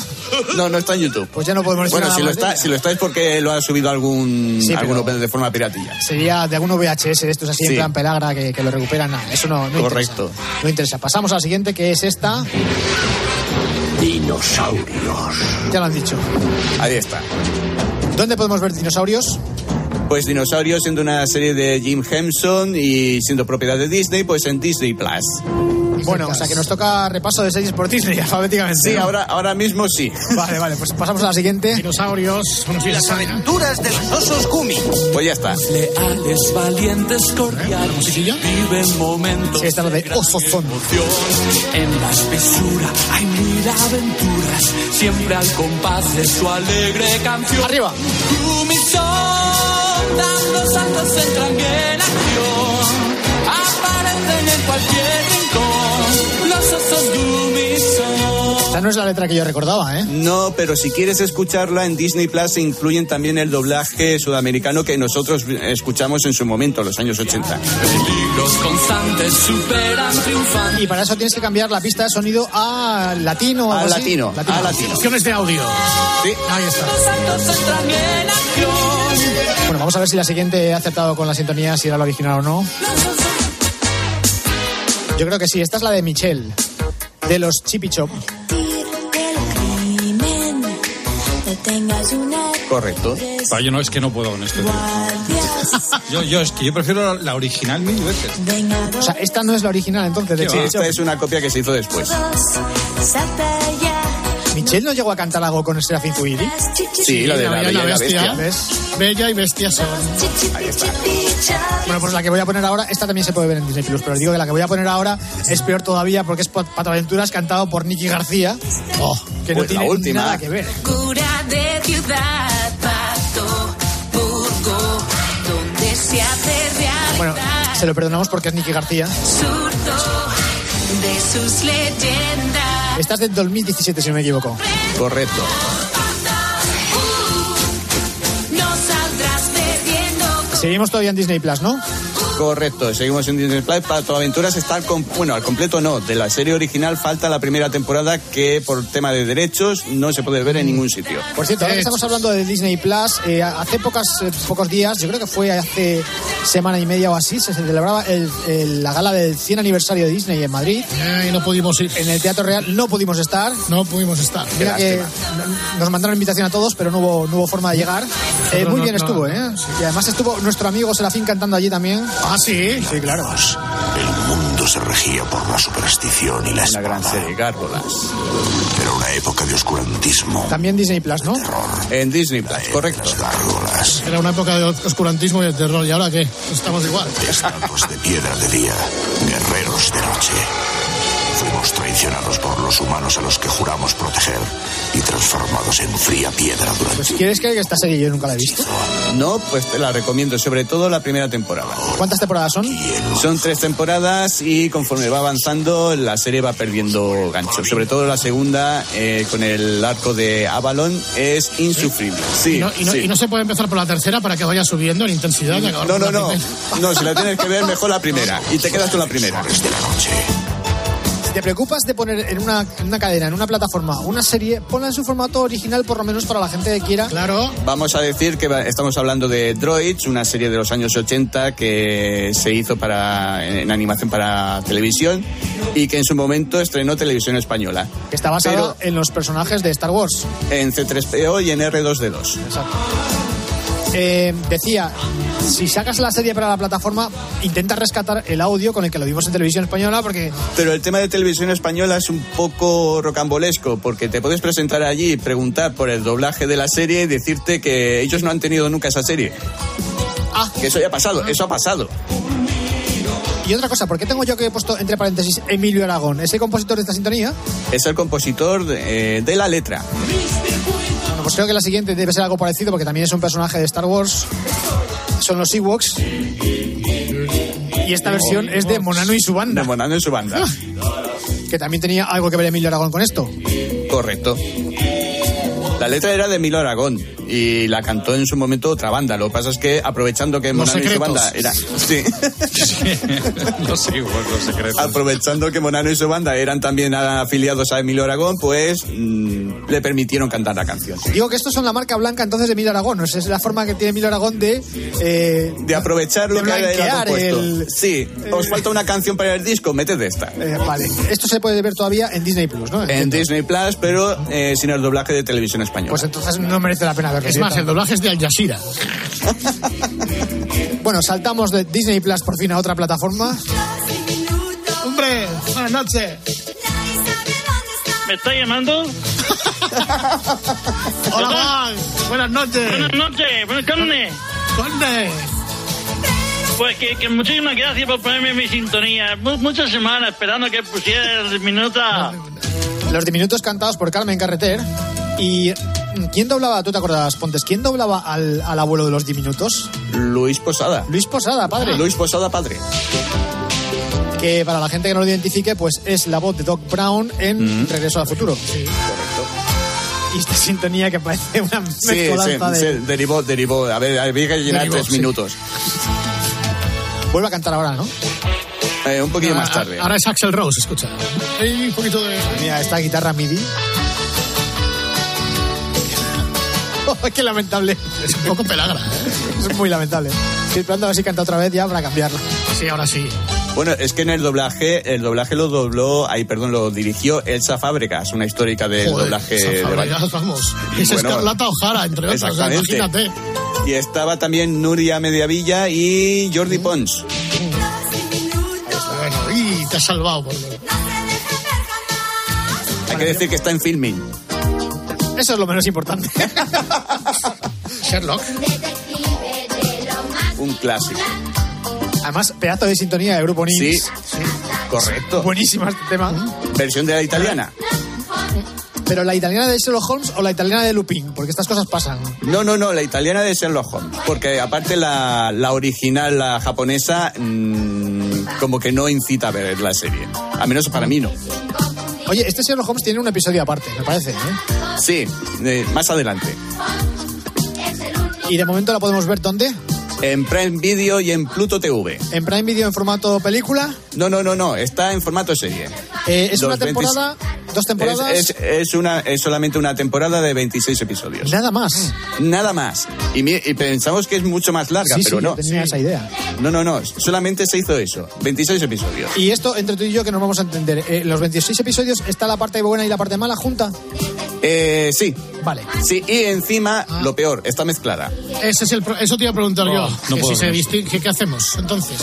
Speaker 10: No, no está en YouTube.
Speaker 7: Pues ya no podemos decir
Speaker 10: Bueno,
Speaker 7: nada
Speaker 10: si lo,
Speaker 7: más de
Speaker 10: está,
Speaker 7: ella.
Speaker 10: si lo está es porque lo ha subido algún,
Speaker 7: Sí,
Speaker 10: alguno
Speaker 7: pero-
Speaker 10: de forma piratilla.
Speaker 7: Sería de algún VHS de estos así
Speaker 10: Sí.
Speaker 7: en plan pelagra que, que lo recuperan. No, eso no, no
Speaker 10: Correcto.
Speaker 7: interesa. No interesa. Pasamos a la siguiente que es esta.
Speaker 14: Dinosaurios.
Speaker 7: Ya lo han dicho.
Speaker 10: Ahí está.
Speaker 7: ¿Dónde podemos ver dinosaurios?
Speaker 10: Pues Dinosaurios siendo una serie de Jim Henson y siendo propiedad de Disney, pues en Disney Plus.
Speaker 7: Bueno, o sea que nos toca repaso de series por Disney, alfabéticamente.
Speaker 10: Sí,
Speaker 7: ¿no?
Speaker 10: ahora, ahora mismo sí.
Speaker 7: Vale, vale, pues pasamos a la siguiente.
Speaker 8: Dinosaurios. Las
Speaker 13: aventuras de los osos Gumi.
Speaker 10: Pues ya está.
Speaker 13: Leales, valientes,
Speaker 2: ¿Eh?
Speaker 13: cordiales. Viven momentos.
Speaker 7: Sí, esta es la de Osos Son.
Speaker 13: En la espesura hay mil aventuras, siempre al compás de su alegre canción.
Speaker 7: Arriba.
Speaker 13: Grumison, dando saltos entran en acción, aparecen en cualquier rincón. Los osos Grumison.
Speaker 7: Esta no es la letra que yo recordaba, ¿eh?
Speaker 10: No, pero si quieres escucharla en Disney Plus incluyen también el doblaje sudamericano que nosotros escuchamos en su momento, los años 80.
Speaker 13: Peligros constantes superan triunfan.
Speaker 7: Y para eso tienes que cambiar la pista de sonido a latino o
Speaker 10: A
Speaker 7: algo así.
Speaker 10: latino, a latino.
Speaker 8: Opciones de audio.
Speaker 10: Sí.
Speaker 8: Ahí está.
Speaker 13: Los saltos entran en acción.
Speaker 7: Bueno, vamos a ver si la siguiente he acertado con la sintonía, si era la original o no. Yo creo que sí, esta es la de Michelle, de los Chipichop.
Speaker 10: Correcto.
Speaker 15: Ah, yo no, es que no puedo con esto. tío. Yo, yo, es que yo prefiero la, la original mil veces.
Speaker 7: O sea, esta no es la original entonces de
Speaker 10: Sí,
Speaker 7: Chipichop.
Speaker 10: esta es una copia que se hizo después.
Speaker 7: Michelle no llegó a cantar algo con Serafín Zuiri.
Speaker 10: Sí, la de la Bella y la Bestia.
Speaker 7: ¿Ves? Bella y Bestia son. Bueno, pues la que voy a poner ahora, esta también se puede ver en Disney Plus, pero os digo que la que voy a poner ahora es peor todavía porque es Pat- Pataventuras cantado por Nicky García, que no
Speaker 10: Pues la
Speaker 7: tiene
Speaker 10: última.
Speaker 7: nada que ver.
Speaker 16: Cura de ciudad, pato, burgo, donde se hace realidad
Speaker 7: Bueno, se lo perdonamos porque es Nicky García.
Speaker 16: surto de sus leyendas.
Speaker 7: Esta es del 2017, si no me equivoco.
Speaker 10: Correcto.
Speaker 16: No saldrás perdiendo
Speaker 7: Seguimos todavía en Disney Plus, ¿no?
Speaker 10: Correcto, seguimos en Disney Plus. Pato Aventuras está al com- bueno, al completo no. De la serie original falta la primera temporada que por tema de derechos no se puede ver en ningún sitio.
Speaker 7: Por cierto, ahora que estamos hablando de Disney Plus, eh, hace pocas, eh, pocos días, yo creo que fue hace semana y media o así, se celebraba el- el- la gala del 100 aniversario de Disney en Madrid.
Speaker 8: Eh, y no pudimos ir.
Speaker 7: En el Teatro Real no pudimos estar.
Speaker 8: No pudimos estar.
Speaker 7: Mira que n- nos mandaron invitación a todos, pero no hubo, no hubo forma de llegar. Eh,
Speaker 8: Pero
Speaker 7: muy
Speaker 8: no-
Speaker 7: bien
Speaker 8: no-
Speaker 7: estuvo, ¿eh? Y además estuvo nuestro amigo Serafín cantando allí también.
Speaker 8: Ah, sí. Sí, claro.
Speaker 17: El mundo se regía por la superstición y la espada. gran serie, Era una época de oscurantismo.
Speaker 7: También Disney Plus, ¿no?
Speaker 10: En Disney Plus, correcto.
Speaker 8: Era una época de oscurantismo y de terror. ¿Y ahora qué? Estamos igual.
Speaker 17: Estados de piedra de día, guerreros de noche. Fuimos traicionados por los humanos a los que juramos proteger y transformados en fría piedra durante
Speaker 7: Pues quieres creer que esta serie yo nunca la he visto.
Speaker 10: No, pues te la recomiendo, sobre todo la primera temporada.
Speaker 7: ¿Cuántas temporadas son?
Speaker 10: Son tres temporadas y conforme va avanzando la serie va perdiendo gancho. Sobre todo la segunda eh, con el arco de Avalon es insufrible. Sí,
Speaker 8: y, no, y no-
Speaker 10: sí.
Speaker 8: y no se puede empezar por la tercera para que vaya subiendo en intensidad. y acabar
Speaker 10: No,
Speaker 8: con
Speaker 10: no,
Speaker 8: la
Speaker 10: no.
Speaker 8: primera.
Speaker 10: No, si la tienes que ver, mejor la primera. Y te quedas con la primera.
Speaker 7: Si te preocupas de poner en una, en una cadena, en una plataforma, una serie, ponla en su formato original, por lo menos para la gente que quiera.
Speaker 8: Claro.
Speaker 10: Vamos a decir que va- estamos hablando de Droids, una serie de los años 80 que se hizo para, en animación para televisión y que en su momento estrenó televisión española.
Speaker 7: Está basada en los personajes de Star Wars.
Speaker 10: En C3PO y en R2D2.
Speaker 7: Exacto. Eh, decía, si sacas la serie para la plataforma, intenta rescatar el audio con el que lo vimos en televisión española, porque
Speaker 10: Pero el tema de televisión española es un poco rocambolesco, porque te puedes presentar allí y preguntar por el doblaje de la serie y decirte que ellos no han tenido nunca esa serie.
Speaker 7: Ah.
Speaker 10: Que eso ya ha pasado, eso ha pasado.
Speaker 7: Y otra cosa, ¿por qué tengo yo que he puesto entre paréntesis Emilio Aragón? ¿Ese compositor de esta sintonía?
Speaker 10: Es el compositor de, eh, de la letra.
Speaker 7: Bueno, pues creo que la siguiente debe ser algo parecido porque también es un personaje de Star Wars. Son los Ewoks. Y esta versión es de Monano y su banda.
Speaker 10: De Monano y su banda.
Speaker 15: Ah.
Speaker 7: Que también tenía algo que ver Emilio Aragón con esto.
Speaker 10: Correcto. La letra era de Emilio Aragón y la cantó en su momento otra banda. Lo que pasa es que aprovechando que
Speaker 15: Los
Speaker 10: Monano y su
Speaker 15: Secretos.
Speaker 10: banda era. Sí.
Speaker 15: No sé, igual los secretos.
Speaker 10: Aprovechando que Monano y su banda eran también afiliados a Emilio Aragón, pues mm, le permitieron cantar la canción.
Speaker 7: Digo que estos son la marca blanca entonces de Emilio Aragón. Esa es la forma que tiene Emilio Aragón de... eh,
Speaker 10: De aprovechar lo
Speaker 7: De
Speaker 10: que era
Speaker 7: blanquear
Speaker 10: compuesto.
Speaker 7: el-
Speaker 10: Sí, os falta una canción para el disco, meted esta.
Speaker 7: eh, vale. Esto se puede ver todavía en Disney Plus, ¿no?
Speaker 10: En Disney Plus, pero eh, sin el doblaje de televisión española.
Speaker 7: Pues entonces no merece la pena verlo.
Speaker 8: Es más, el doblaje es de Al Jazeera.
Speaker 7: Bueno, saltamos de Disney Plus por fin a otra plataforma.
Speaker 8: Hombre, buenas noches.
Speaker 12: ¿Me está llamando?
Speaker 8: Hola, Juan. Buenas noches.
Speaker 12: Buenas noches, buenas tardes.
Speaker 8: ¿Dónde?
Speaker 12: Pues que, que muchísimas gracias por ponerme en mi sintonía. Mu- muchas semanas esperando que pusiera el minuta.
Speaker 7: Los diminutos cantados por Carmen Carreter. ¿Y quién doblaba, tú te acordabas, Pontes, quién doblaba al, al abuelo de los diminutos?
Speaker 10: Luis Posada.
Speaker 7: Luis Posada,
Speaker 8: Ah,
Speaker 7: padre.
Speaker 10: Luis Posada, padre.
Speaker 7: Que para la gente que no lo identifique, pues es la voz de Doc Brown
Speaker 10: Mm.
Speaker 7: en Regreso al Futuro. Y esta sintonía que parece una
Speaker 10: Sí, sí,
Speaker 7: mezcolanza de...
Speaker 10: sí, derivó, derivó. A ver, había que llenar
Speaker 7: Derivó,
Speaker 10: tres
Speaker 7: sí.
Speaker 10: minutos.
Speaker 7: Vuelve a cantar ahora, ¿no?
Speaker 10: Eh, un
Speaker 7: Ah,
Speaker 10: poquillo
Speaker 8: Ahora-
Speaker 10: más tarde.
Speaker 8: Ahora es Axel Rose, escucha. Hay un poquito de.
Speaker 7: Mira, esta guitarra MIDI. Oh, Qué lamentable.
Speaker 8: Es un poco pelagra. ¿eh?
Speaker 7: Es muy lamentable. Estoy esperando a ver si canta otra vez ya para cambiarla.
Speaker 8: Sí, ahora sí.
Speaker 10: Bueno, es que en el doblaje, el doblaje lo dobló, ahí perdón, lo dirigió Elsa Fábregas, una histórica del
Speaker 8: Joder,
Speaker 10: doblaje
Speaker 8: esa
Speaker 10: de
Speaker 8: fábrica,
Speaker 10: Valle.
Speaker 8: vamos. Es
Speaker 10: Bueno,
Speaker 8: Escarlata O'Hara, entre otras. o sea,
Speaker 10: exactamente.
Speaker 8: imagínate.
Speaker 10: Y estaba también Nuria Mediavilla y Jordi Pons.
Speaker 8: Bueno, y te has salvado por lo
Speaker 10: Hay que decir que está en filming.
Speaker 7: Eso es lo menos importante.
Speaker 8: Sherlock.
Speaker 10: Un clásico.
Speaker 7: Además, pedazo de sintonía de Grupo
Speaker 10: Sí,
Speaker 7: Nix.
Speaker 10: correcto.
Speaker 7: Buenísima este tema.
Speaker 10: Versión de la italiana.
Speaker 7: Pero la italiana de Sherlock Holmes o la italiana de Lupin, porque estas cosas pasan.
Speaker 10: No, no, no, la italiana de Sherlock Holmes. Porque aparte la, la original, la japonesa, mm, como que no incita a ver la serie. A menos para mí no.
Speaker 7: Oye, este Sherlock Holmes tiene un episodio aparte, me parece. ¿eh?
Speaker 10: Sí, eh, más adelante.
Speaker 7: Y de momento la podemos ver dónde?
Speaker 10: en Prime Video y en Pluto TV.
Speaker 7: ¿En Prime Video en formato película?
Speaker 10: No, no, no, no, está en formato serie.
Speaker 7: Eh, es
Speaker 10: Los
Speaker 7: una
Speaker 10: 20
Speaker 7: temporada, dos temporadas.
Speaker 10: Es, es- es una, es solamente una temporada de 26 episodios.
Speaker 7: Nada más.
Speaker 10: Mm, Nada más. Y, mi- y pensamos que es mucho más larga,
Speaker 7: sí,
Speaker 10: pero
Speaker 7: sí,
Speaker 10: no.
Speaker 7: yo tenía esa idea.
Speaker 10: No, no, no. Solamente se hizo eso. 26 episodios.
Speaker 7: Y esto entre tú y yo que nos vamos a entender. Eh, los 26 episodios está la parte buena y la parte mala junta.
Speaker 10: Eh, sí.
Speaker 7: Vale.
Speaker 10: Sí, y encima, lo peor, está mezclada.
Speaker 8: Ese es el, pro- eso te iba a preguntar
Speaker 10: No,
Speaker 8: yo.
Speaker 10: no
Speaker 8: que
Speaker 10: puedo
Speaker 8: si se
Speaker 10: con
Speaker 8: distingue, ¿qué hacemos entonces?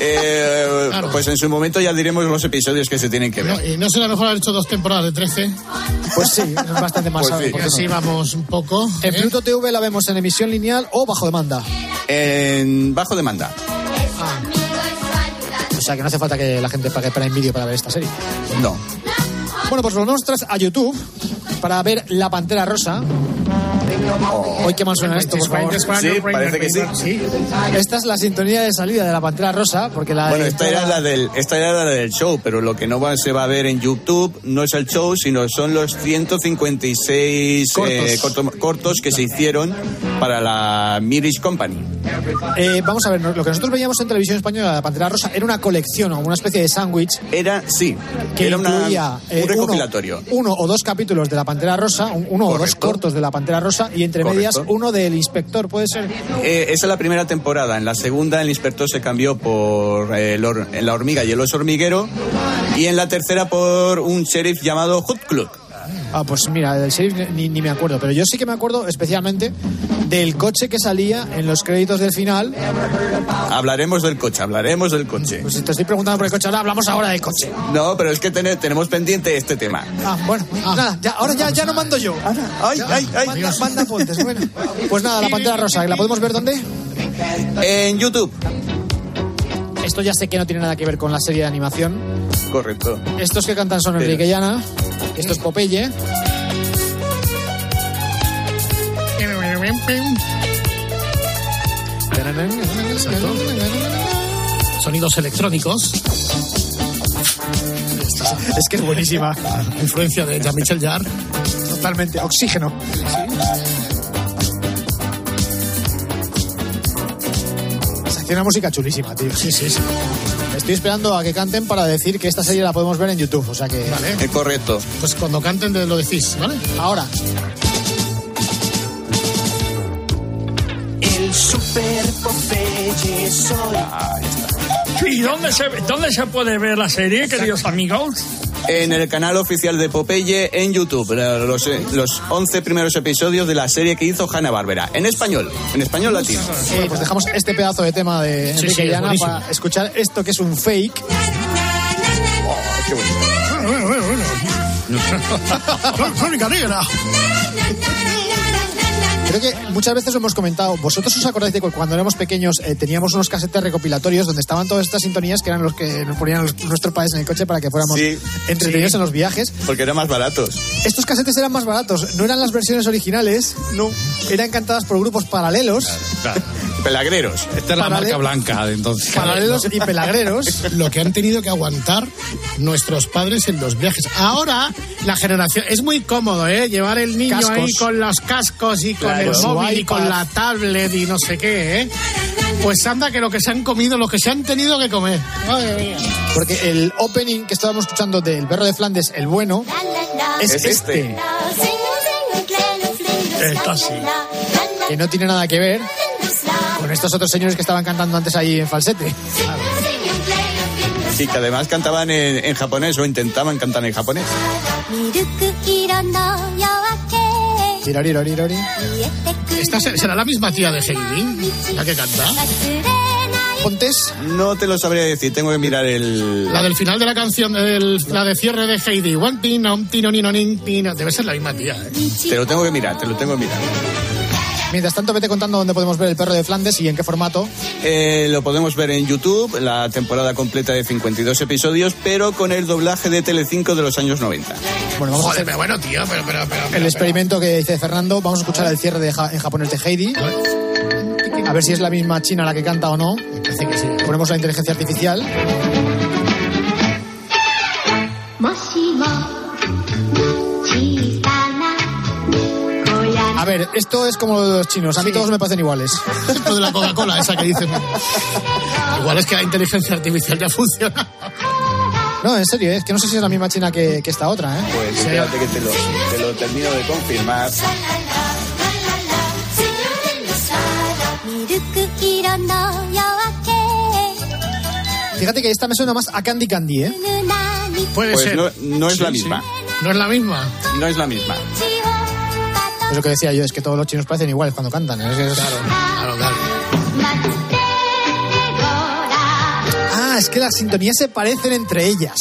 Speaker 10: Eh,
Speaker 8: Claro.
Speaker 10: Pues en su momento ya diremos los episodios que se tienen que ver.
Speaker 8: No, ¿y no será mejor haber hecho dos temporadas de 13?
Speaker 7: Pues sí, es bastante más
Speaker 10: Pues sí.
Speaker 8: Porque así vamos ¿eh? un poco.
Speaker 7: En Pluto TV la vemos en emisión lineal o bajo demanda.
Speaker 10: En bajo demanda.
Speaker 7: O sea que no hace falta que la gente pague Prime Video para ver esta serie.
Speaker 10: No.
Speaker 7: Bueno, pues volvemos tras a YouTube para ver La Pantera Rosa.
Speaker 10: Oh.
Speaker 7: Hoy qué mal suena esto, por favor.
Speaker 10: Sí, parece que sí.
Speaker 7: Esta es la sintonía de salida de La Pantera Rosa, porque la...
Speaker 10: Bueno,
Speaker 7: de-
Speaker 10: esta era, la del, esta era la del show, pero lo que no va, se va a ver en YouTube no es el show, sino son los 156 eh, corto- cortos que se hicieron para la Mirish Company.
Speaker 7: Eh, vamos a ver, lo que nosotros veíamos en televisión española, La Pantera Rosa, era una colección o una especie de sándwich.
Speaker 10: Era, sí,
Speaker 7: que
Speaker 10: era una-
Speaker 7: incluía, eh,
Speaker 10: un
Speaker 7: uno-
Speaker 10: recopilatorio.
Speaker 7: Uno, o dos capítulos de La Pantera Rosa, un- uno o dos cortos de La Pantera Rosa y entre medias
Speaker 10: Correcto.
Speaker 7: uno del inspector, ¿puede ser?
Speaker 10: Eh, esa es la primera temporada. En la segunda el inspector se cambió por eh, el hor- la hormiga y el oso hormiguero. Y en la tercera por un sheriff llamado Hot Club.
Speaker 7: Ah, pues mira, del sheriff ni, ni me acuerdo, pero yo sí que me acuerdo especialmente del coche que salía en los créditos del final.
Speaker 10: Hablaremos del coche, hablaremos del coche.
Speaker 7: Pues te estoy preguntando por el coche, ahora hablamos ahora del coche.
Speaker 10: No, pero es que tener- tenemos pendiente este tema.
Speaker 7: Ah, bueno, nada, ya, ahora ya, ya no mando yo.
Speaker 10: ay, ay, ay.
Speaker 7: Manda, manda Pontes, bueno. Pues nada, La Pantera Rosa, ¿la podemos ver dónde?
Speaker 10: En YouTube.
Speaker 7: Esto ya sé que no tiene nada que ver con la serie de animación.
Speaker 10: Correcto.
Speaker 7: Estos que cantan son Enrique Llana, esto es Popeye.
Speaker 8: Exacto. Sonidos electrónicos.
Speaker 7: Es que es buenísima.
Speaker 8: Influencia de Jean-Michel Jarre.
Speaker 7: Totalmente. Oxígeno. Se hace una música chulísima, tío. Sí, sí, sí. Estoy esperando a que canten para decir que esta serie la podemos ver en YouTube, o sea que...
Speaker 10: Es Eh, correcto.
Speaker 8: Pues cuando canten de- lo decís, ¿vale?
Speaker 7: Ahora.
Speaker 16: El super Popeye soy.
Speaker 9: ¿Y dónde se, ve- dónde se puede ver la serie, queridos amigos?
Speaker 10: En el canal oficial de Popeye en YouTube. la- Los, eh, los 11 primeros episodios de la serie que hizo Hanna Barbera. En español. En español latino.
Speaker 7: Eh, pues dejamos este pedazo de tema de
Speaker 10: Sí,
Speaker 7: Enrique
Speaker 10: sí, es
Speaker 7: Llana
Speaker 10: buenísimo.
Speaker 7: para escuchar esto que es un fake.
Speaker 8: Bueno, bueno, bueno. Crónica negra.
Speaker 7: Creo que muchas veces lo hemos comentado. ¿Vosotros os acordáis de cu- cuando éramos pequeños eh, teníamos unos casetes recopilatorios donde estaban todas estas sintonías que eran los que nos ponían los- nuestros padres en el coche para que fuéramos
Speaker 10: Sí.
Speaker 7: entretenidos
Speaker 10: Sí.
Speaker 7: en los viajes?
Speaker 10: Porque eran más baratos.
Speaker 7: Estos casetes eran más baratos, no eran las versiones originales, no. Eran cantadas por grupos paralelos,
Speaker 10: Pelagreros.
Speaker 15: Esta es la
Speaker 7: Paralel-
Speaker 15: marca blanca de entonces.
Speaker 7: paralelos y pelagreros.
Speaker 8: Lo que han tenido que aguantar nuestros padres en los viajes. Ahora, la generación. Es muy cómodo, ¿eh? Llevar el niño
Speaker 7: Cascos.
Speaker 8: ahí con los cascos y con
Speaker 7: Claro.
Speaker 8: el móvil y
Speaker 7: Su
Speaker 8: con
Speaker 7: iPad.
Speaker 8: la tablet y no sé qué, ¿eh? Pues anda que lo que se han comido, lo que se han tenido que comer. Madre mía.
Speaker 7: Porque el opening que estábamos escuchando del Berro de Flandes, el bueno, es,
Speaker 8: Es
Speaker 7: este.
Speaker 8: este.
Speaker 7: que no tiene nada que ver con estos otros señores que estaban cantando antes ahí en falsete.
Speaker 10: Sí, que además cantaban en, en japonés o intentaban cantar en japonés.
Speaker 11: ミルク色の夜明け
Speaker 7: Irorirorirori.
Speaker 11: 見えてくる
Speaker 8: ¿Esta se- será la misma tía de Heidi? ¿La que canta?
Speaker 11: 忘れない
Speaker 7: ¿Pontes?
Speaker 10: No te lo sabría decir, tengo que mirar el...
Speaker 8: La del final de la canción, del- la de cierre de Heidi. One tino, tino, nino, nin, tino. Debe ser la misma tía, ¿eh?
Speaker 10: Te lo tengo que mirar, te lo tengo que mirar.
Speaker 7: Mientras tanto, vete contando dónde podemos ver el perro de Flandes y en qué formato.
Speaker 10: Eh, lo podemos ver en YouTube, la temporada completa de 52 episodios, pero con el doblaje de Telecinco de los años 90.
Speaker 7: Bueno, vamos
Speaker 8: Joder, pero bueno, tío, pero, pero, pero.
Speaker 7: a hacer el experimento que dice Fernando. Vamos a escuchar el cierre de ja- en japonés de Heidi. A ver si es la misma china la que canta o no. Ponemos la inteligencia artificial.
Speaker 11: もしも小さな小屋
Speaker 7: A ver, esto es como lo de los chinos. A mí todos me parecen iguales.
Speaker 8: Lo de la Coca-Cola, esa que dicen. Igual es que la inteligencia artificial ya funciona.
Speaker 7: No, en serio, ¿eh? es que no sé si es la misma china que, que esta otra, ¿eh?
Speaker 10: Pues espérate que te lo, te lo termino de confirmar.
Speaker 11: ミルク色の夜明け
Speaker 7: Fíjate que esta me suena más a Candy Candy, ¿eh?
Speaker 11: ぬなに
Speaker 8: Puede
Speaker 10: Pues
Speaker 8: ser.
Speaker 10: no- no es la misma.
Speaker 8: No es la misma.
Speaker 10: No es la misma.
Speaker 11: ちを
Speaker 7: Es Pues lo que decía yo, es que todos los chinos parecen iguales cuando cantan. ¿eh? es que es-
Speaker 8: Claro, claro.
Speaker 7: Ah, es que las sintonías se parecen entre ellas.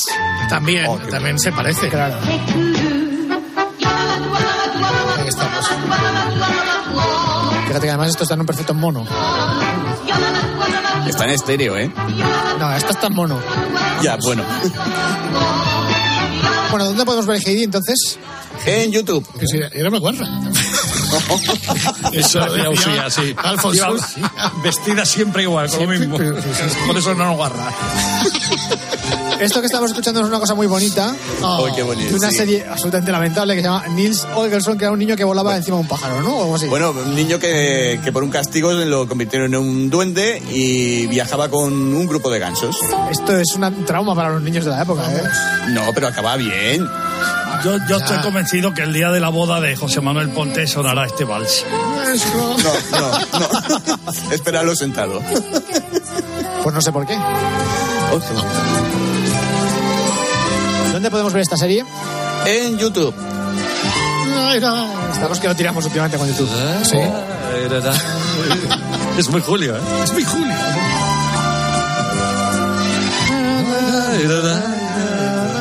Speaker 8: También,
Speaker 10: Oh,
Speaker 8: también se parece. Claro.
Speaker 7: Ahí estamos. Fíjate que además esto está en un perfecto mono.
Speaker 10: Está en estéreo, ¿eh?
Speaker 7: No, esto está en mono.
Speaker 10: Ya, bueno.
Speaker 7: Bueno, ¿dónde podemos ver el Heidi entonces?
Speaker 10: En YouTube.
Speaker 8: yo no me acuerdo.
Speaker 15: Eso era Usía, sí.
Speaker 8: Alfonso
Speaker 15: Iba
Speaker 8: Usía.
Speaker 15: Vestida siempre igual, con lo mismo.
Speaker 7: pues,
Speaker 15: Por eso no nos guarda.
Speaker 7: Esto que estamos escuchando es una cosa muy bonita.
Speaker 10: Oh, qué bonito,
Speaker 7: De una
Speaker 10: sí.
Speaker 7: serie absolutamente lamentable que se llama Nils Olgerson, que era un niño que volaba encima de un pájaro, ¿no? O algo así.
Speaker 10: Bueno, un niño que, que por un castigo lo convirtieron en un duende y viajaba con un grupo de gansos.
Speaker 7: Esto es una- un trauma para los niños de la época, ¿eh?
Speaker 10: No, pero acaba bien.
Speaker 9: Yo, yo estoy convencido que el día de la boda de José Manuel Ponte sonará este vals.
Speaker 10: No, no, no. Espéralo sentado.
Speaker 7: Pues no sé por qué. ¿Dónde podemos ver esta serie?
Speaker 10: En YouTube.
Speaker 7: Ay, no. Estamos que lo tiramos últimamente con YouTube. Sí.
Speaker 15: Es muy Julio, ¿eh?
Speaker 8: Es muy Julio.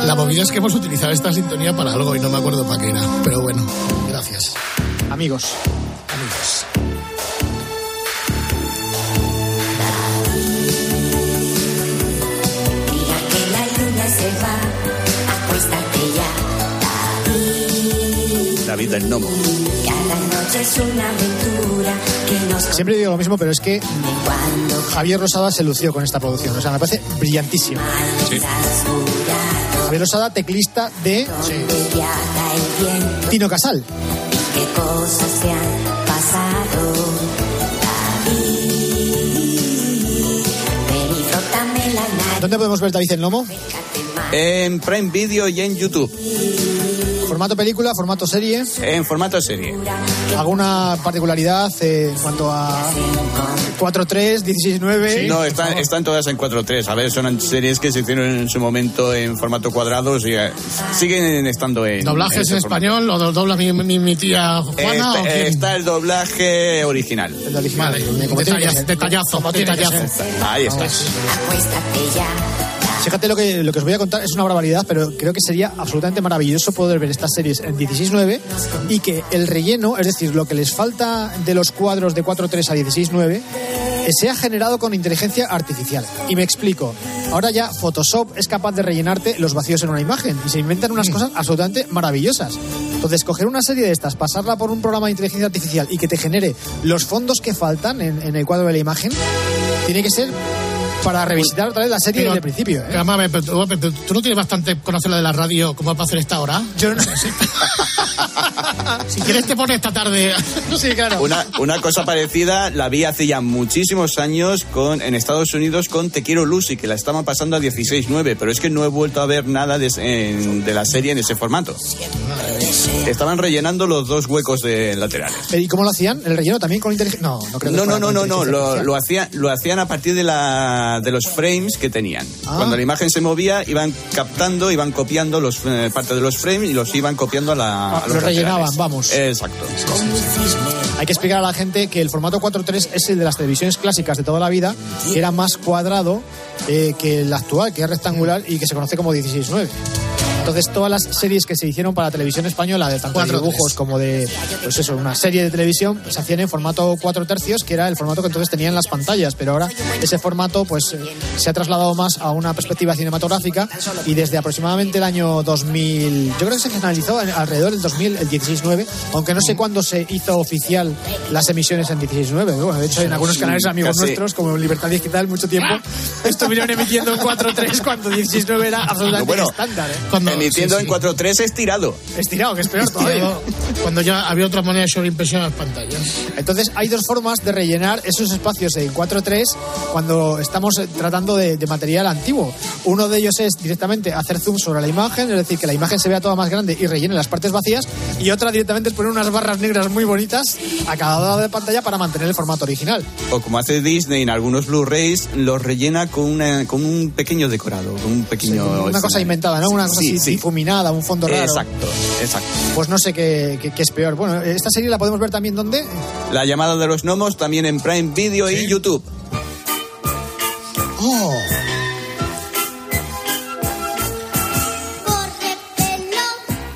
Speaker 8: La movida es que hemos utilizado esta sintonía para algo y no me acuerdo para qué era. Pero bueno, gracias.
Speaker 7: Amigos.
Speaker 8: Amigos.
Speaker 11: Mira que la luna se va, acuéstate ya, David.
Speaker 10: David del Nomo.
Speaker 11: Cada noche es una aventura que nos
Speaker 7: Siempre digo lo mismo, pero es que Javier Rosada se lució con esta producción. O sea, me parece brillantísimo. Javier Rosada, teclista de
Speaker 11: donde viaja el viento.
Speaker 7: Tino Casal.
Speaker 11: Qué cosas te han pasado, David. Ven y frótame la nariz.
Speaker 7: ¿Dónde podemos ver David el Lomo?
Speaker 10: En Prime Video y en YouTube.
Speaker 7: ¿Formato película? ¿Formato serie?
Speaker 10: En formato serie.
Speaker 7: ¿Alguna particularidad eh, en cuanto a 4-3, 16-9?
Speaker 10: No, están, están todas en 4.3. A ver, son series que se hicieron en su momento en formato cuadrado. o sea, siguen estando en.
Speaker 8: ¿Doblajes
Speaker 10: ese
Speaker 8: en
Speaker 10: formato.
Speaker 8: español? ¿Lo do- dobla mi, mi- mi tía Juana?
Speaker 10: Está-
Speaker 8: o quién?
Speaker 10: Eh, está el doblaje original.
Speaker 7: El original.
Speaker 8: Vale,
Speaker 7: Como tiene que
Speaker 8: detallazo,
Speaker 7: ser.
Speaker 8: detallazo,
Speaker 7: Como tiene que
Speaker 8: detallazo.
Speaker 7: ser.
Speaker 10: Ahí está.
Speaker 11: Acuéstate ya,
Speaker 7: Fíjate lo que, lo que os voy a contar, es una barbaridad, pero creo que sería absolutamente maravilloso poder ver estas series en 16-9 y que el relleno, es decir, lo que les falta de los cuadros de 4-3 a 16-9, eh, sea generado con inteligencia artificial. Y me explico, ahora ya Photoshop es capaz de rellenarte los vacíos en una imagen y se inventan unas cosas absolutamente maravillosas. Entonces, coger una serie de estas, pasarla por un programa de inteligencia artificial y que te genere los fondos que faltan en, en el cuadro de la imagen, tiene que ser... Para revisitar otra vez la serie
Speaker 8: Pero-
Speaker 7: desde el principio. ¿eh?
Speaker 8: Pero, vamos a ver, pero- pero- pero ¿Tú no tienes bastante conocer la de la radio como para hacer esta hora?
Speaker 7: Yo no
Speaker 8: si quieres te pones esta tarde.
Speaker 7: Sí, claro.
Speaker 10: Una, una cosa parecida la vi hace ya muchísimos años con, en Estados Unidos con Te Quiero Lucy, que la estaban pasando a 16.9, pero es que no he vuelto a ver nada de, ese- en- de la serie en ese formato. Estaban rellenando los dos huecos de laterales.
Speaker 7: Pero, ¿Y cómo lo hacían? ¿El relleno también con inteligencia? No, no creo que
Speaker 10: No,
Speaker 7: fuera
Speaker 10: no, no,
Speaker 7: con
Speaker 10: no, no.
Speaker 7: inteligencia
Speaker 10: Lo,
Speaker 7: artificial.
Speaker 10: lo hacían, lo hacían a partir de, la, de los frames que tenían.
Speaker 7: Ah.
Speaker 10: Cuando la imagen se movía, iban captando, iban copiando los, eh, parte de los frames y los iban copiando a la.
Speaker 7: Ah,
Speaker 10: a los
Speaker 7: los rellenaban,
Speaker 10: laterales.
Speaker 7: vamos.
Speaker 10: Exacto.
Speaker 7: Hay que explicar a la gente que el formato 4.3 es el de las televisiones clásicas de toda la vida, que era más cuadrado eh, que el actual, que es rectangular y que se conoce como 16.9. Entonces, todas las series que se hicieron para televisión española, de tanto de
Speaker 8: 4:3.
Speaker 7: dibujos como de, pues eso, una serie de televisión, pues, se hacían en formato 4 tercios, que era el formato que entonces tenían las pantallas, pero ahora ese formato, pues, eh, se ha trasladado más a una perspectiva cinematográfica y desde aproximadamente el año 2000, yo creo que se generalizó en- alrededor del 2000, el 16.9, aunque no
Speaker 10: Mm.
Speaker 7: sé cuándo se hizo oficial las emisiones en 16.9. Bueno, de hecho, en algunos canales amigos
Speaker 10: Casi.
Speaker 7: nuestros, como en Libertad Digital, mucho tiempo, estuvieron emitiendo en 4.3 cuando 16.9 era absolutamente
Speaker 10: Bueno,
Speaker 7: estándar. ¿eh?
Speaker 8: Cuando
Speaker 10: emitiendo en 4.3 estirado.
Speaker 7: Estirado, que es peor
Speaker 8: Estirado. Cuando ya había otra manera de sobreimpresión en las pantallas.
Speaker 7: Entonces hay dos formas de rellenar esos espacios en 4.3 cuando estamos eh, tratando de, de material antiguo. Uno de ellos es directamente hacer zoom sobre la imagen, es decir, que la imagen se vea toda más grande y rellene las partes vacías. Y otra directamente es poner unas barras negras muy bonitas a cada lado de pantalla para mantener el formato original.
Speaker 10: O como hace Disney en algunos Blu-rays, los rellena con, una, con un pequeño decorado, con un pequeño...
Speaker 7: Una cosa
Speaker 10: escenario.
Speaker 7: inventada, ¿no? Una cosa
Speaker 10: Sí,
Speaker 7: así
Speaker 10: sí.
Speaker 7: difuminada, un fondo raro.
Speaker 10: Exacto, exacto.
Speaker 7: Pues no sé qué, qué- qué es peor. Bueno, esta serie la podemos ver también donde
Speaker 10: La llamada de los gnomos también en Prime Video y YouTube.
Speaker 7: Oh.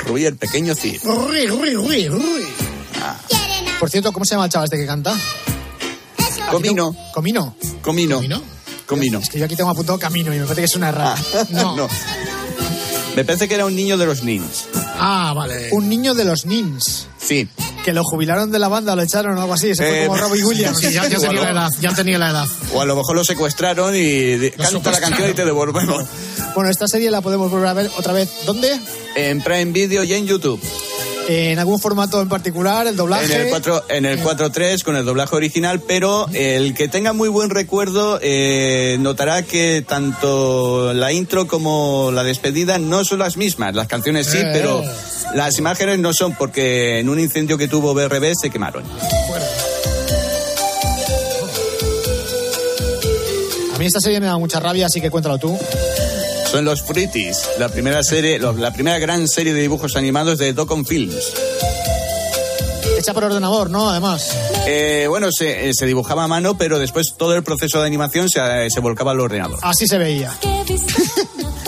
Speaker 10: Rubí el pequeño Cid.
Speaker 7: Ah, Por cierto, ¿cómo se llama el chaval este que canta?
Speaker 10: Comino.
Speaker 7: Comino.
Speaker 10: Comino. Comino. Ah,
Speaker 7: Es que yo aquí tengo apuntado camino y me parece que es una rara. No.
Speaker 10: No. Me parece que era un niño de los nins.
Speaker 7: Ah, vale. Un niño de los nins.
Speaker 10: Sí.
Speaker 7: Que lo jubilaron de la banda, lo echaron o algo así. Se fue
Speaker 10: Eh,
Speaker 7: como Robbie Williams.
Speaker 10: sí, ya- ya tenía la edad,
Speaker 7: ya tenía la edad.
Speaker 10: O a lo mejor lo secuestraron y de- canta la canción y te devolvemos.
Speaker 7: Bueno, esta serie la podemos volver a ver otra vez. ¿Dónde?
Speaker 10: En Prime Video y en YouTube.
Speaker 7: En algún formato en particular, el doblaje.
Speaker 10: En el 4 en el 4.3 con el doblaje original, pero el que tenga muy buen recuerdo eh, notará que tanto la intro como la despedida no son las mismas. Las canciones sí,
Speaker 7: Eh.
Speaker 10: pero las imágenes no son porque en un incendio que tuvo BRB se quemaron.
Speaker 7: A mí esta serie me da mucha rabia, así que cuéntalo tú.
Speaker 10: Son los Fritis, la primera serie, los- la primera gran serie de dibujos animados de Docon Films.
Speaker 7: Hecha por ordenador, ¿no? Además.
Speaker 10: Eh, bueno, se, eh, se dibujaba a mano, pero después todo el proceso de animación se, eh, se volcaba al ordenador.
Speaker 7: Así se veía.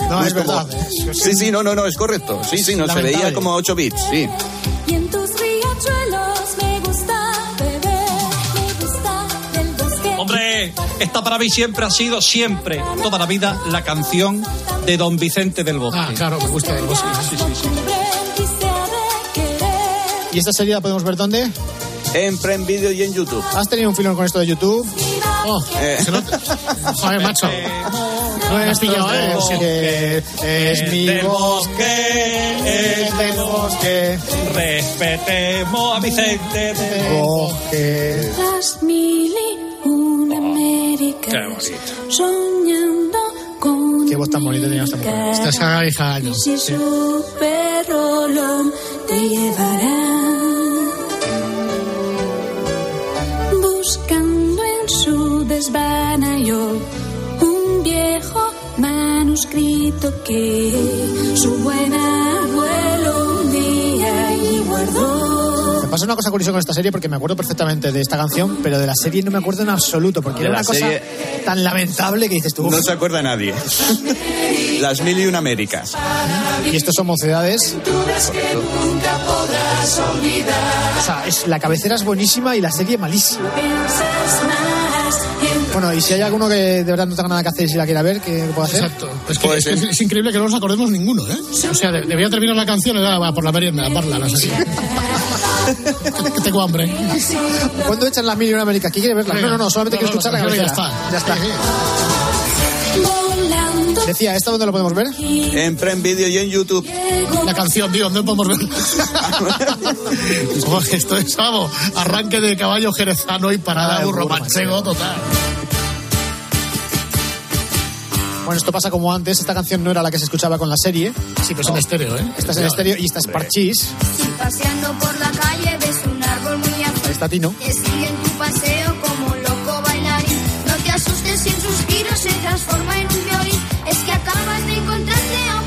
Speaker 7: No, es verdad.
Speaker 10: Sí, sí, no, no, no, es correcto. Sí, sí, no, se
Speaker 7: Lamentable.
Speaker 10: veía como 8 bits, sí.
Speaker 11: Y en tus riachuelos me gusta beber, me gusta del bosque.
Speaker 15: Hombre, esta para mí siempre ha sido, siempre, toda la vida, la canción de Don Vicente del Bosque.
Speaker 8: Ah, claro, me gusta del bosque.
Speaker 15: Sí, sí, sí.
Speaker 7: ¿Y esta serie la podemos ver dónde?
Speaker 10: En Prime Video y en YouTube.
Speaker 7: ¿Has tenido un filón con esto de YouTube?
Speaker 10: Eh,
Speaker 8: Joder, macho. No me has pillado, ¿eh?
Speaker 7: Es que es mi
Speaker 15: Del
Speaker 7: voz.
Speaker 15: bosque,
Speaker 7: es del bosque,
Speaker 15: respetemos a Vicente del
Speaker 7: Bosque.
Speaker 11: Las mil y una
Speaker 8: qué
Speaker 11: Américas soñando con
Speaker 7: Qué voz tan bonita tenía esta mujer.
Speaker 8: Esta es Haga Vijano.
Speaker 11: y si su perrolón te llevará buscando en su desvana yo un viejo manuscrito que su buen abuelo un día allí guardó
Speaker 7: Me pasa una cosa curiosa con esta serie porque me acuerdo perfectamente de esta canción, pero de la serie no me acuerdo en absoluto porque
Speaker 10: De
Speaker 7: era
Speaker 10: la
Speaker 7: una cosa
Speaker 10: serie-
Speaker 7: tan lamentable que dices tú.
Speaker 10: no se acuerda nadie. Las mil y una Américas.
Speaker 7: Y estos son mocedades. O sea, es, la cabecera es buenísima y la serie malísima. Bueno, y si hay alguno que de verdad no tenga nada que hacer y si la quiera ver, ¿qué puedo hacer?
Speaker 8: Exacto. Es que, es, que es increíble que no nos acordemos ninguno, ¿eh? O sea, de- debía terminar la canción y era va, por la merienda, parla, la serie. que, que tengo hambre.
Speaker 7: ¿Cuándo echan la mil y una América? ¿Quién quiere verla?
Speaker 8: Venga.
Speaker 7: No, no, no, solamente
Speaker 8: No,
Speaker 7: quiero
Speaker 8: no,
Speaker 7: escuchar la
Speaker 8: la
Speaker 7: cabecera.
Speaker 8: canción
Speaker 7: Ya está.
Speaker 11: volando
Speaker 7: Decía, ¿esta dónde lo podemos ver?
Speaker 10: En Prime Video y en YouTube.
Speaker 8: La canción, tío, ¿dónde podemos ver? Ojo, que esto es, vamos, arranque de caballo jerezano y parada de Ah, burro manchego total.
Speaker 7: Bueno, esto pasa como antes. Esta canción no era la que se escuchaba con la serie.
Speaker 8: Sí, pero es en estéreo, ¿eh?
Speaker 7: Esta es en estéreo y esta es parchís.
Speaker 11: Si paseando por la calle ves un árbol muy azul
Speaker 7: Está Tino.
Speaker 11: que sigue en tu paseo como un loco bailarín, no te asustes si en sus giros se transforma en un violín, es que acabas de encontrarte a un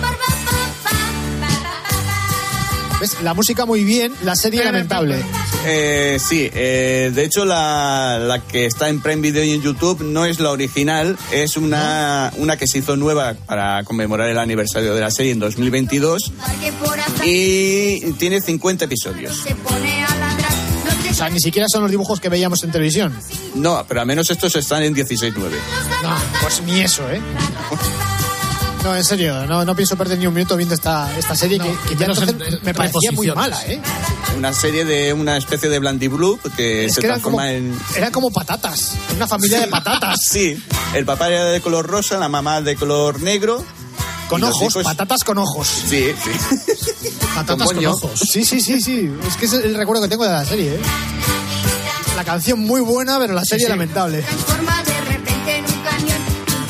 Speaker 7: ¿Ves? La música muy bien, la serie lamentable.
Speaker 10: Eh, sí, eh, de hecho la, la que está en Prime Video y en YouTube no es la original, es una, una que se hizo nueva para conmemorar el aniversario de la serie en 2022
Speaker 11: que por atrás
Speaker 10: y tiene 50 episodios.
Speaker 11: se pone a ladrar, no te
Speaker 7: O sea, ni siquiera son los dibujos que veíamos en televisión.
Speaker 10: No, pero al menos estos están en 16.9.
Speaker 7: No, pues ni eso, ¿eh? No, en serio, no, no pienso perder ni un minuto viendo esta, esta serie que, que ya
Speaker 8: menos en-
Speaker 7: entonces
Speaker 8: en
Speaker 7: me parecía muy
Speaker 8: reposiciones.
Speaker 7: mala, ¿eh?
Speaker 10: Una serie de una especie de Blandiblue que
Speaker 7: Es
Speaker 10: Eh, se
Speaker 7: que eran como,
Speaker 10: transforma en...
Speaker 7: eran como patatas, una familia de patatas.
Speaker 10: Sí, el papá era de color rosa, la mamá de color negro
Speaker 7: Con
Speaker 10: Y los
Speaker 7: ojos,
Speaker 10: hijos-
Speaker 7: patatas con ojos.
Speaker 10: Sí, sí.
Speaker 7: Patatas con
Speaker 10: moño.
Speaker 7: ojos. Sí, sí, sí, sí. Es que es el recuerdo que tengo de la serie, ¿eh? La canción muy buena, pero la serie lamentable.
Speaker 11: Transforma de repente en un camión.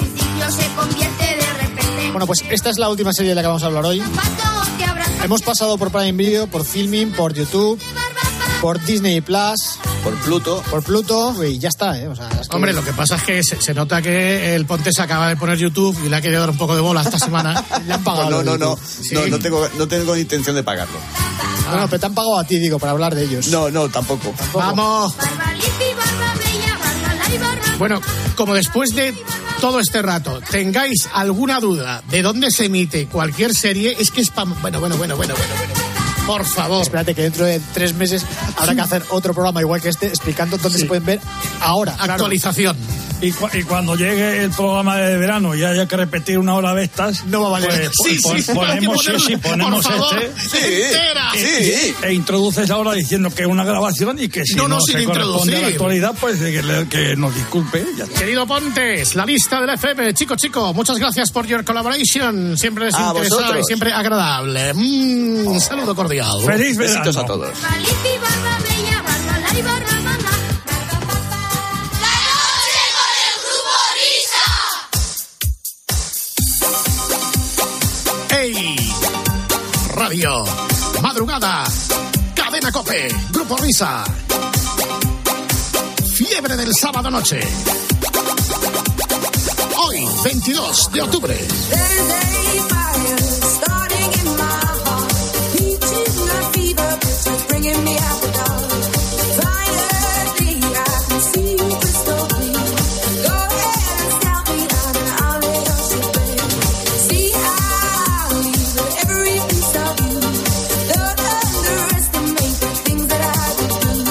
Speaker 11: Un triciclo se convierte de repente en
Speaker 7: Bueno, pues esta es la última serie de la que vamos a hablar hoy.
Speaker 11: pato que abraza.
Speaker 7: Hemos pasado por Prime Video, por Filming, por YouTube, por Disney Plus,
Speaker 10: por Pluto,
Speaker 7: por Pluto, y ya está, ¿eh? O sea, es que-
Speaker 8: Hombre, lo que pasa es que se, se nota que el Ponte se acaba de poner YouTube y le ha querido dar un poco de bola esta semana.
Speaker 7: Le han pagado.
Speaker 10: No, no, no,
Speaker 7: Sí.
Speaker 10: no, no tengo, no tengo intención de pagarlo.
Speaker 7: No, no, pero te han pagado a ti, digo, para hablar de ellos.
Speaker 10: No, no, tampoco.
Speaker 8: ¡Vamos!
Speaker 11: Lipi, barba bella, barba lai, barba.
Speaker 8: Bueno, como después de todo este rato tengáis alguna duda de dónde se emite cualquier serie, es que es pam... Bueno, bueno, bueno, bueno, bueno. bueno. Por favor.
Speaker 7: Espérate que dentro de tres meses habrá que hacer otro programa igual que este explicando dónde se pueden ver ahora.
Speaker 8: Actualización.
Speaker 9: Y, cu- y cuando llegue el programa de verano y haya que repetir una hora de estas,
Speaker 7: no va a
Speaker 8: valer. Sí, sí, hay que
Speaker 9: pues, ponemos,
Speaker 8: ponerlo.
Speaker 9: sí, sí,
Speaker 8: Por
Speaker 9: ponemos
Speaker 8: favor,
Speaker 9: este.
Speaker 8: entera.
Speaker 9: Y-
Speaker 8: Sí.
Speaker 9: y- E introduces ahora diciendo que es una grabación y que si
Speaker 8: No,
Speaker 9: no,
Speaker 8: no, sin
Speaker 9: se corresponde a la
Speaker 8: introducir.
Speaker 9: actualidad, pues que, le- que nos disculpe. ya está.
Speaker 8: Querido Pontes, la lista del FM. Chico, chico, muchas gracias por your collaboration.
Speaker 10: A
Speaker 8: Siempre desinteresada y
Speaker 10: vosotros.
Speaker 8: siempre agradable. Mm, Un saludo cordial.
Speaker 9: Feliz verano.
Speaker 10: Besitos a todos.
Speaker 11: Barba lipi, barba bella, barba lai, barba mama. La noche con el grupo Risa.
Speaker 8: ¡Ey! Radio, madrugada, cadena cope, grupo risa. Fiebre del sábado noche. Hoy, 22 de octubre.
Speaker 16: There's a fire starting in my heart, reaching my fever, just bringing me out the dark. Finally, I can see you crystal clear. Go ahead and scout me down, and I'll lay your shit bare. See, I leave every piece of you. Don't underestimate the things that I would do.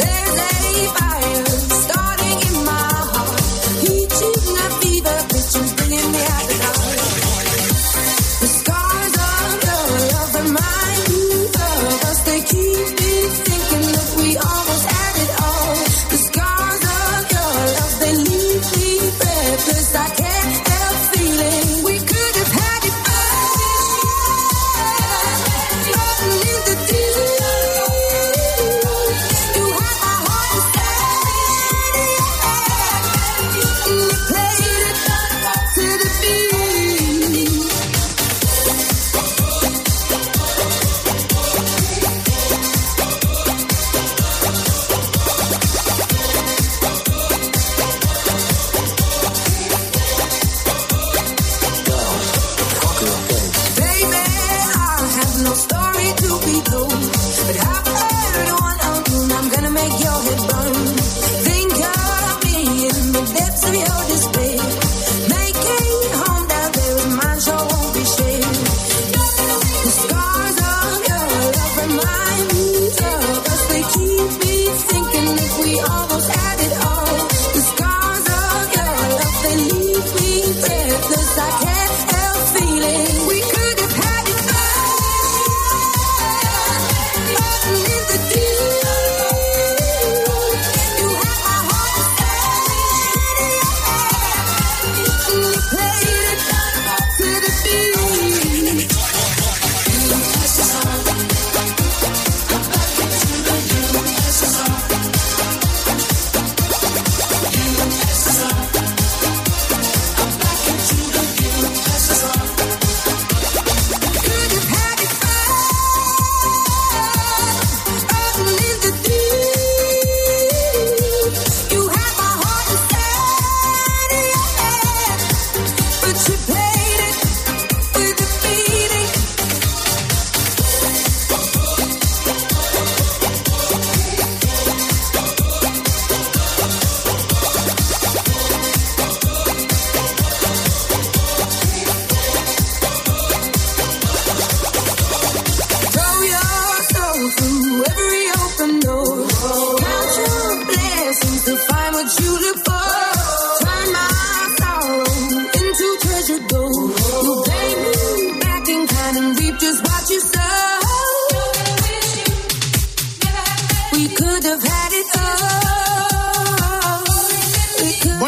Speaker 16: There's a fire starting in my heart, reaching my fever, just bringing me out the dark.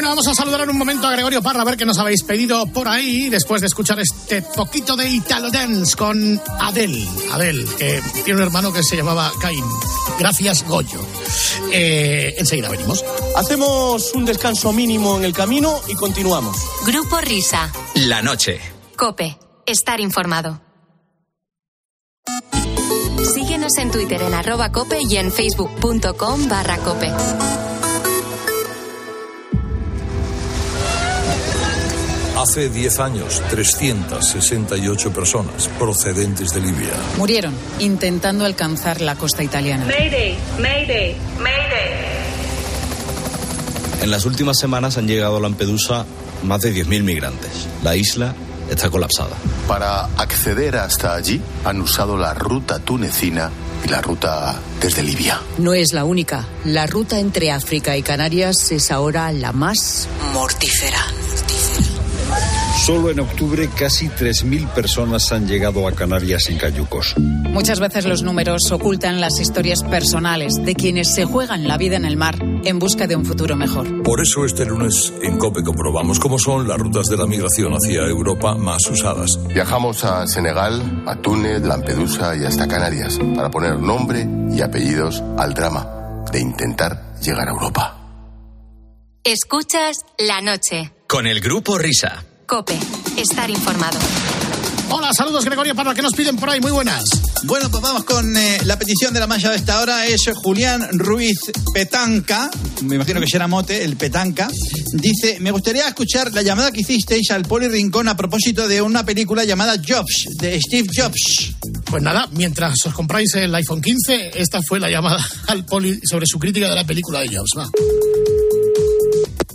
Speaker 8: vamos a saludar en un momento a Gregorio Parra, a ver qué nos habéis pedido por ahí, después de escuchar este poquito de Italo Dance con Adel. Adel, que tiene un hermano que se llamaba Caín. Gracias, Goyo. Eh, enseguida venimos.
Speaker 18: Hacemos un descanso mínimo en el camino y continuamos.
Speaker 5: Grupo Risa.
Speaker 6: La noche.
Speaker 5: Cope. Estar informado. Síguenos en Twitter en arroba cope y en facebook.com barra cope.
Speaker 2: Hace 10 años, 368 personas procedentes de Libia.
Speaker 19: Murieron intentando alcanzar la costa italiana.
Speaker 11: Mayday, Mayday, Mayday.
Speaker 10: En las últimas semanas han llegado a Lampedusa más de 10.000 migrantes. La isla está colapsada.
Speaker 20: Para acceder hasta allí han usado la ruta tunecina y la ruta desde Libia.
Speaker 1: No es la única. La ruta entre África y Canarias es ahora la más mortífera.
Speaker 2: Solo en octubre casi 3.000 personas han llegado a Canarias en cayucos.
Speaker 19: Muchas veces los números ocultan las historias personales de quienes se juegan la vida en el mar en busca de un futuro mejor.
Speaker 2: Por eso este lunes en COPE comprobamos cómo son las rutas de la migración hacia Europa más usadas.
Speaker 20: Viajamos a Senegal, a Túnez, Lampedusa y hasta Canarias para poner nombre y apellidos al drama de intentar llegar a Europa.
Speaker 5: Escuchas la noche.
Speaker 6: Con el Grupo Risa.
Speaker 5: Cope. Estar informado.
Speaker 8: Hola, saludos Gregorio Parra, que nos piden por ahí? Muy buenas.
Speaker 21: Bueno, pues vamos con eh, la petición de la mancha de esta hora. Es Julián Ruiz Petanca, me imagino que será mote, el Petanca. Dice, me gustaría escuchar la llamada que hicisteis al Poli Rincón a propósito de una película llamada Jobs, de Steve Jobs.
Speaker 8: Pues nada, mientras os compráis el iPhone 15, esta fue la llamada al poli sobre su crítica de la película de Jobs. va.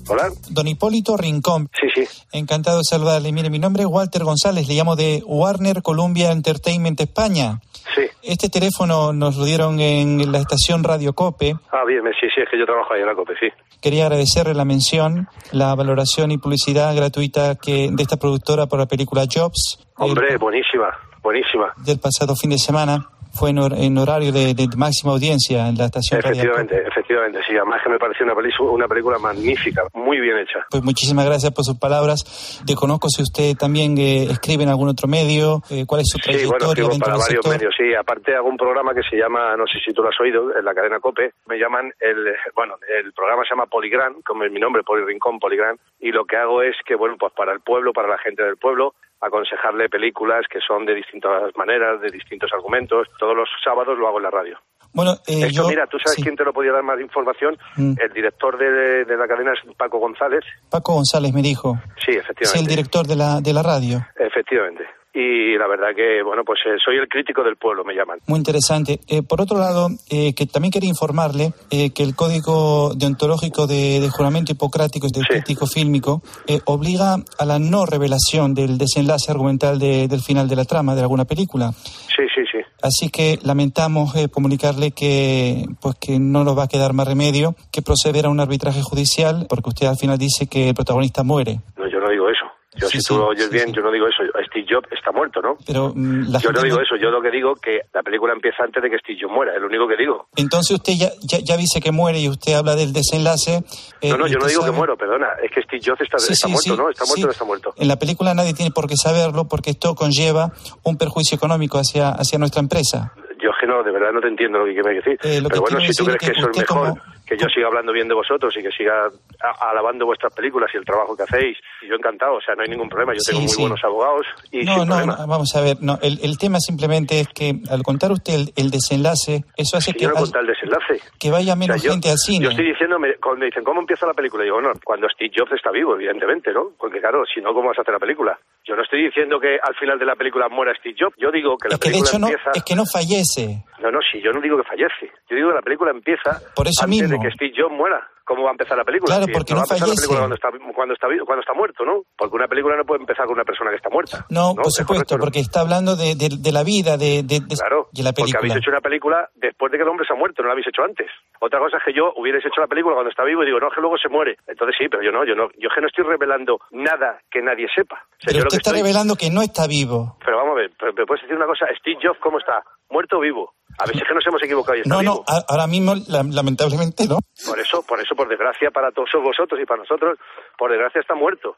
Speaker 17: Hola. Don Hipólito Rincón. Sí, sí. Encantado de saludarle. Mire, mi nombre es Walter González, le llamo de Warner Columbia Entertainment España. Sí. Este teléfono nos lo dieron en la estación Radio Cope. Ah, bien, sí, sí, es que yo trabajo ahí en la COPE, sí. Quería agradecerle la mención, la valoración y publicidad gratuita que de esta productora por la película Jobs. Hombre, Eh, buenísima, buenísima. el- del pasado fin de semana. Fue en, hor- en horario de, de máxima audiencia en la estación Radio Efectivamente, Cope. efectivamente, sí. Además que me pareció una, peli- una película magnífica, muy bien hecha. Pues muchísimas gracias por sus palabras. Desconozco si usted también eh, escribe en algún otro medio, eh, cuál es su Sí, bueno, trayectoria escribo dentro para del varios sector. medios, sí. Aparte hago un programa que se llama, no sé si tú lo has oído, en la cadena COPE. Me llaman, el bueno, el programa se llama Poligrán, como es mi nombre, Polirincón, Poligrán. Y lo que hago es que, bueno, pues para el pueblo, para la gente del pueblo, aconsejarle películas que son de distintas maneras, de distintos argumentos. Todos los sábados lo hago en la radio. Bueno, eh, Esto, yo... mira, ¿tú sabes sí. quién te lo podía dar más información? Mm. El director de, de la cadena es Paco González. Paco González me dijo. Sí, efectivamente. Es Sí, el director de la, de la radio. Efectivamente. Y la verdad que, bueno, pues eh, soy el crítico del pueblo, me llaman. Muy interesante. Eh, por otro lado, eh, que también quería informarle eh, que el Código Deontológico de, de Juramento Hipocrático y del Crítico Fílmico eh, obliga a la no revelación del desenlace argumental de- del final de la trama de alguna película. Sí, sí, sí. Así que lamentamos eh, comunicarle que pues que no nos va a quedar más remedio que proceder a un arbitraje judicial porque usted al final dice que el protagonista muere. No, yo no digo eso. Yo, si tú lo oyes bien, yo no digo eso. Steve Jobs está muerto, ¿no? Pero mm, la yo no gente digo no- eso. Yo lo que digo que la película empieza antes de que Steve Jobs muera. Es lo único que digo. Entonces usted ya, ya, ya dice que muere y usted habla del desenlace. eh, no, no, y yo no usted digo que sabe- muero, perdona. Es que Steve Jobs está, Sí, está sí, muerto, sí, ¿no? Está muerto sí. o no está muerto. En la película nadie tiene por qué saberlo porque esto conlleva un perjuicio económico hacia, hacia nuestra empresa. Yo es que no, de verdad no te entiendo lo que quieres decir. Eh, lo Pero que bueno, quiero si tú decir crees es que, que eso es usted mejor, como- que yo siga hablando bien de vosotros y que siga a- alabando vuestras películas y el trabajo que hacéis, yo encantado, o sea, no hay ningún problema. Yo Sí, tengo muy sí. buenos abogados y No, sin no, problema. no, vamos a ver. No, el, el tema simplemente es que al contar usted el, el desenlace, eso hace Si que,
Speaker 22: yo no he
Speaker 17: hay- contado el desenlace. que vaya O sea, menos yo- gente al cine. Yo estoy diciendo, me- cuando me dicen, ¿cómo empieza la película? Digo, no, cuando Steve Jobs está vivo, evidentemente, ¿no? Porque claro, si no, ¿cómo vas a hacer la película? Yo no estoy diciendo que al final de la película muera Steve Jobs. Yo digo que la que de película hecho no, empieza... es que no fallece. No, no, sí, yo no digo que fallece. Yo digo que la película empieza Por eso antes mismo. de que Steve Jobs muera. ¿Cómo va a empezar la película? Claro, Si porque va no a empezar fallece. la película cuando está, cuando, está, vivo- cuando está muerto, ¿no? Porque una película no puede empezar con una persona que está muerta. No, Es por correcto, supuesto, ¿no? porque está hablando de, de- de la vida, de, de, de- de la Porque película. habéis hecho una película después de que el hombre se ha muerto, no la habéis hecho antes. Otra cosa es que yo hubierais hecho la película cuando está vivo y digo, no, es que luego se muere. Entonces sí, pero yo no, yo no, yo es que no estoy revelando nada que nadie sepa. O sea, Pero yo lo usted que está estoy- revelando que no está vivo. Pero vamos a ver, pero- pero ¿me puedes decir una cosa? Steve Jobs, ¿cómo está? ¿Muerto o vivo? A veces que nos hemos equivocado y está
Speaker 21: No,
Speaker 17: vivo.
Speaker 21: no, a- ahora mismo la- lamentablemente no.
Speaker 17: Por eso, por eso, por desgracia para todos vosotros y para nosotros, por desgracia está muerto.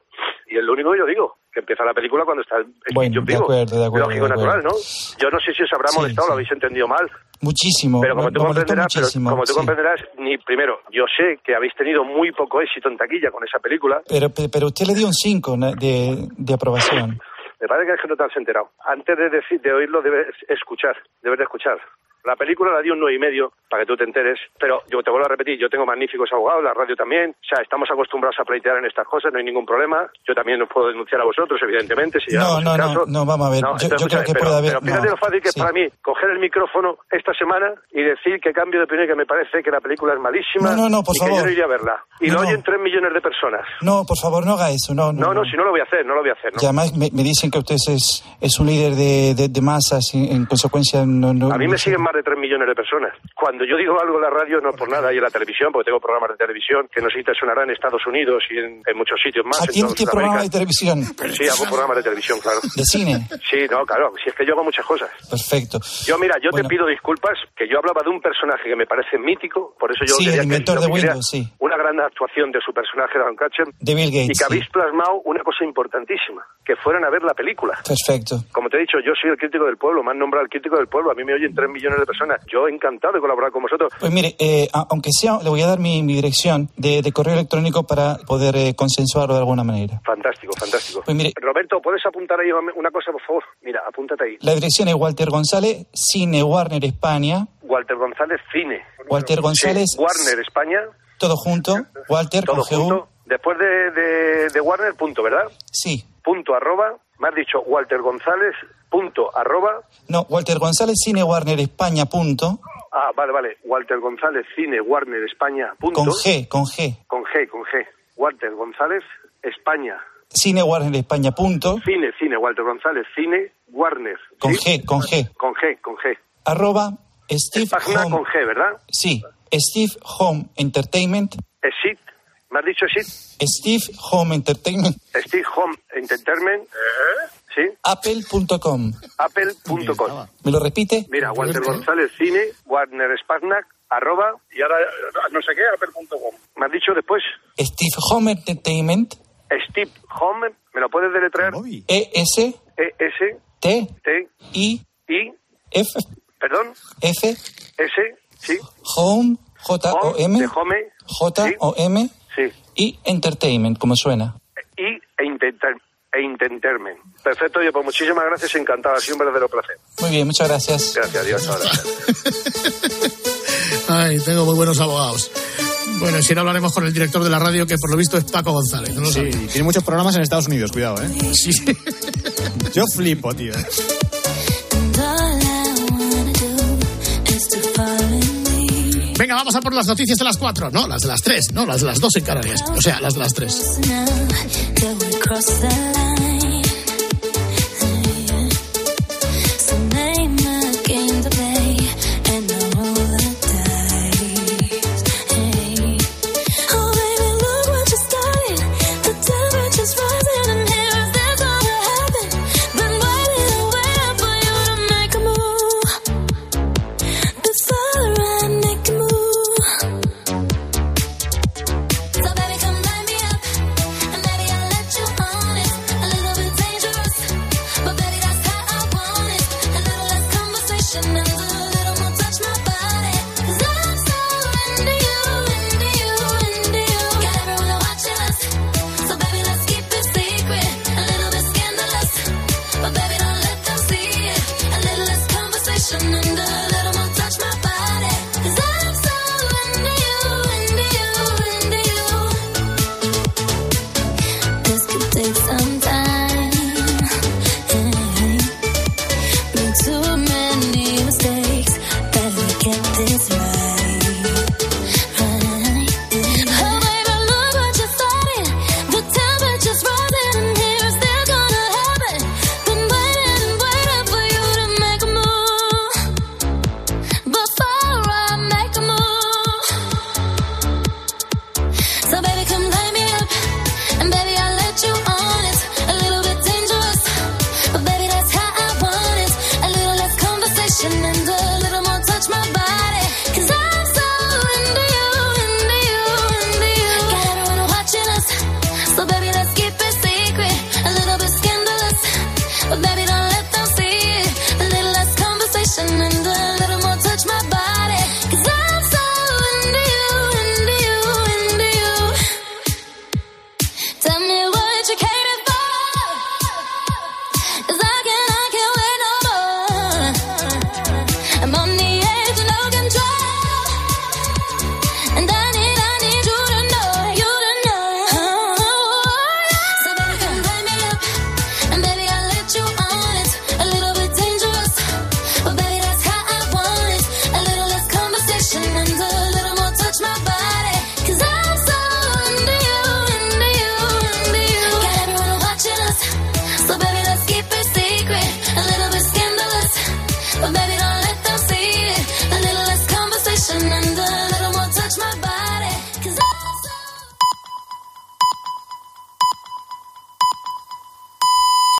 Speaker 17: Y es lo único que yo digo, que empieza la película cuando está es
Speaker 21: Bueno,
Speaker 17: yo
Speaker 21: de
Speaker 17: digo,
Speaker 21: acuerdo, de acuerdo.
Speaker 17: lógico
Speaker 21: de
Speaker 17: y
Speaker 21: acuerdo.
Speaker 17: natural, ¿no? Yo no sé si os habrá
Speaker 21: Sí,
Speaker 17: molestado,
Speaker 21: sí.
Speaker 17: lo habéis entendido mal,
Speaker 21: Muchísimo.
Speaker 17: pero como
Speaker 21: me-
Speaker 17: tú
Speaker 21: me molestó
Speaker 17: comprenderás, pero
Speaker 21: muchísimo,
Speaker 17: como tú
Speaker 21: sí.
Speaker 17: comprenderás, ni primero, yo sé que habéis tenido muy poco éxito en taquilla con esa película.
Speaker 21: Pero, pe- pero usted le dio un 5 de, de aprobación.
Speaker 17: Me parece que es que no te has enterado. Antes de decir, de oírlo, debes escuchar, debes de escuchar. La película la di un nueve y medio para que tú te enteres, pero yo te vuelvo a repetir, yo tengo magníficos abogados, la radio también, o sea, estamos acostumbrados a pleitear en estas cosas, no hay ningún problema. Yo también os puedo denunciar a vosotros, evidentemente, si
Speaker 21: No,
Speaker 17: llegamos
Speaker 21: no,
Speaker 17: al
Speaker 21: no,
Speaker 17: caso.
Speaker 21: no, vamos a ver.
Speaker 17: No,
Speaker 21: yo,
Speaker 17: entonces,
Speaker 21: yo creo
Speaker 17: escúchame,
Speaker 21: que
Speaker 17: pero-
Speaker 21: puede haber.
Speaker 17: Pero fíjate
Speaker 21: no,
Speaker 17: lo fácil que es
Speaker 21: sí.
Speaker 17: para mí coger el micrófono esta semana y decir que cambio de opinión y que me parece que la película es malísima
Speaker 21: No, no, no, por
Speaker 17: Ah, y que yo
Speaker 21: favor.
Speaker 17: no iría a verla. Y
Speaker 21: No,
Speaker 17: lo
Speaker 21: no.
Speaker 17: oyen tres millones de personas.
Speaker 21: No, por favor, no haga eso. No, no,
Speaker 17: No, no,
Speaker 21: no.
Speaker 17: si no lo voy a hacer, no lo voy a hacer. ¿no?
Speaker 21: Y además me, me dicen que usted es, es un líder de, de- de masas y en consecuencia no... no
Speaker 17: A mí me siguen más de 3 millones de personas. Cuando yo digo algo en la radio, no es por nada, y en la televisión, porque tengo programas de televisión que no sé si te sonarán en Estados Unidos y en, en muchos sitios más.
Speaker 21: Ah,
Speaker 17: en
Speaker 21: tiene
Speaker 17: toda
Speaker 21: usted programa de
Speaker 17: Sudamérica.
Speaker 21: televisión.
Speaker 17: Sí, hago programas de televisión, claro.
Speaker 21: De cine.
Speaker 17: Sí, no, claro, si es que yo hago muchas cosas.
Speaker 21: Perfecto.
Speaker 17: Yo, mira, yo te
Speaker 21: Bueno.
Speaker 17: pido disculpas, que yo hablaba de un personaje que me parece mítico, por eso yo
Speaker 21: Sí,
Speaker 17: quería
Speaker 21: el
Speaker 17: que-
Speaker 21: inventor
Speaker 17: yo
Speaker 21: de
Speaker 17: que quería
Speaker 21: Windows, sí.
Speaker 17: una gran actuación de su personaje, Don Catcher,
Speaker 21: De Bill
Speaker 17: y
Speaker 21: Gates.
Speaker 17: que
Speaker 21: sí.
Speaker 17: habéis plasmado una cosa importantísima, que fueran a ver la película.
Speaker 21: Perfecto.
Speaker 17: Como te he dicho, yo soy el crítico del pueblo, me han nombrado el crítico del pueblo, a mí me oyen tres millones de personas. Yo encantado de colaborar con vosotros.
Speaker 21: Pues mire, eh, a- aunque sea, le voy a dar mi, mi dirección de, de correo electrónico para poder eh, consensuarlo de alguna manera.
Speaker 17: Fantástico, fantástico.
Speaker 21: Pues mire-
Speaker 17: Roberto, ¿puedes apuntar ahí una cosa, por favor? Mira, apúntate ahí.
Speaker 21: La dirección es Walter González, Cine Warner España,
Speaker 17: Walter González Cine.
Speaker 21: Walter González,
Speaker 17: Sí, Warner España,
Speaker 21: todo junto, Walter
Speaker 17: todo
Speaker 21: con GU.
Speaker 17: junto. Después de, de- de Warner, punto, ¿verdad?
Speaker 21: Sí.
Speaker 17: Punto arroba, me has dicho Walter González, punto arroba.
Speaker 21: No, Walter González, Cine Warner España, punto,
Speaker 17: Ah, vale, vale. Walter González Cine Warner España, punto.
Speaker 21: con G, con G.
Speaker 17: Con G, con G. Walter González España.
Speaker 21: Cine Warner España, punto,
Speaker 17: Cine, cine, Walter González, cine, Warner.
Speaker 21: con
Speaker 17: ¿sí?
Speaker 21: G, con G.
Speaker 17: Con G, con G.
Speaker 21: Arroba Steve
Speaker 17: Página
Speaker 21: Home.
Speaker 17: con G, ¿verdad?
Speaker 21: Sí, Steve Home Entertainment.
Speaker 17: Exit. ¿Me has dicho Exit?
Speaker 21: Steve Home Entertainment.
Speaker 17: Steve Home Entertainment. ¿Sí?
Speaker 21: Apple.com.
Speaker 17: Apple.com.
Speaker 21: ¿Me lo repite?
Speaker 17: Mira, Walter González, cine, Warner Spagnac, arroba. Y ahora, no sé qué, Apple.com. ¿Me has dicho después?
Speaker 21: Steve Home Entertainment.
Speaker 17: Steve Home. ¿Me lo puedes deletrear?
Speaker 21: ES.
Speaker 17: E-S.
Speaker 21: T.
Speaker 17: T.
Speaker 21: I.
Speaker 17: I.
Speaker 21: F.
Speaker 17: Perdón.
Speaker 21: F.
Speaker 17: S. Sí.
Speaker 21: Home. J. O.
Speaker 17: De
Speaker 21: M.
Speaker 17: Home.
Speaker 21: J. O. M.
Speaker 17: Sí.
Speaker 21: Y Entertainment, como suena.
Speaker 17: Y e intentar e intentarme. Perfecto, yo pues muchísimas gracias, encantado, ha sido un verdadero placer.
Speaker 21: Muy bien, muchas gracias.
Speaker 17: Gracias, adiós. hasta ahora.
Speaker 8: Ay, tengo muy buenos abogados. Bueno, y si no hablaremos con el director de la radio, que por lo visto es Paco González. No lo
Speaker 7: Sí,
Speaker 8: sabía.
Speaker 7: y tiene muchos programas en Estados Unidos, cuidado, ¿eh?
Speaker 8: Sí.
Speaker 7: Yo flipo, tío.
Speaker 8: Venga, vamos a por las noticias de las 4. No, las de las 3. No, las de las 2 en Canarias. O sea, las de las 3.
Speaker 13: Now, till we cross the line.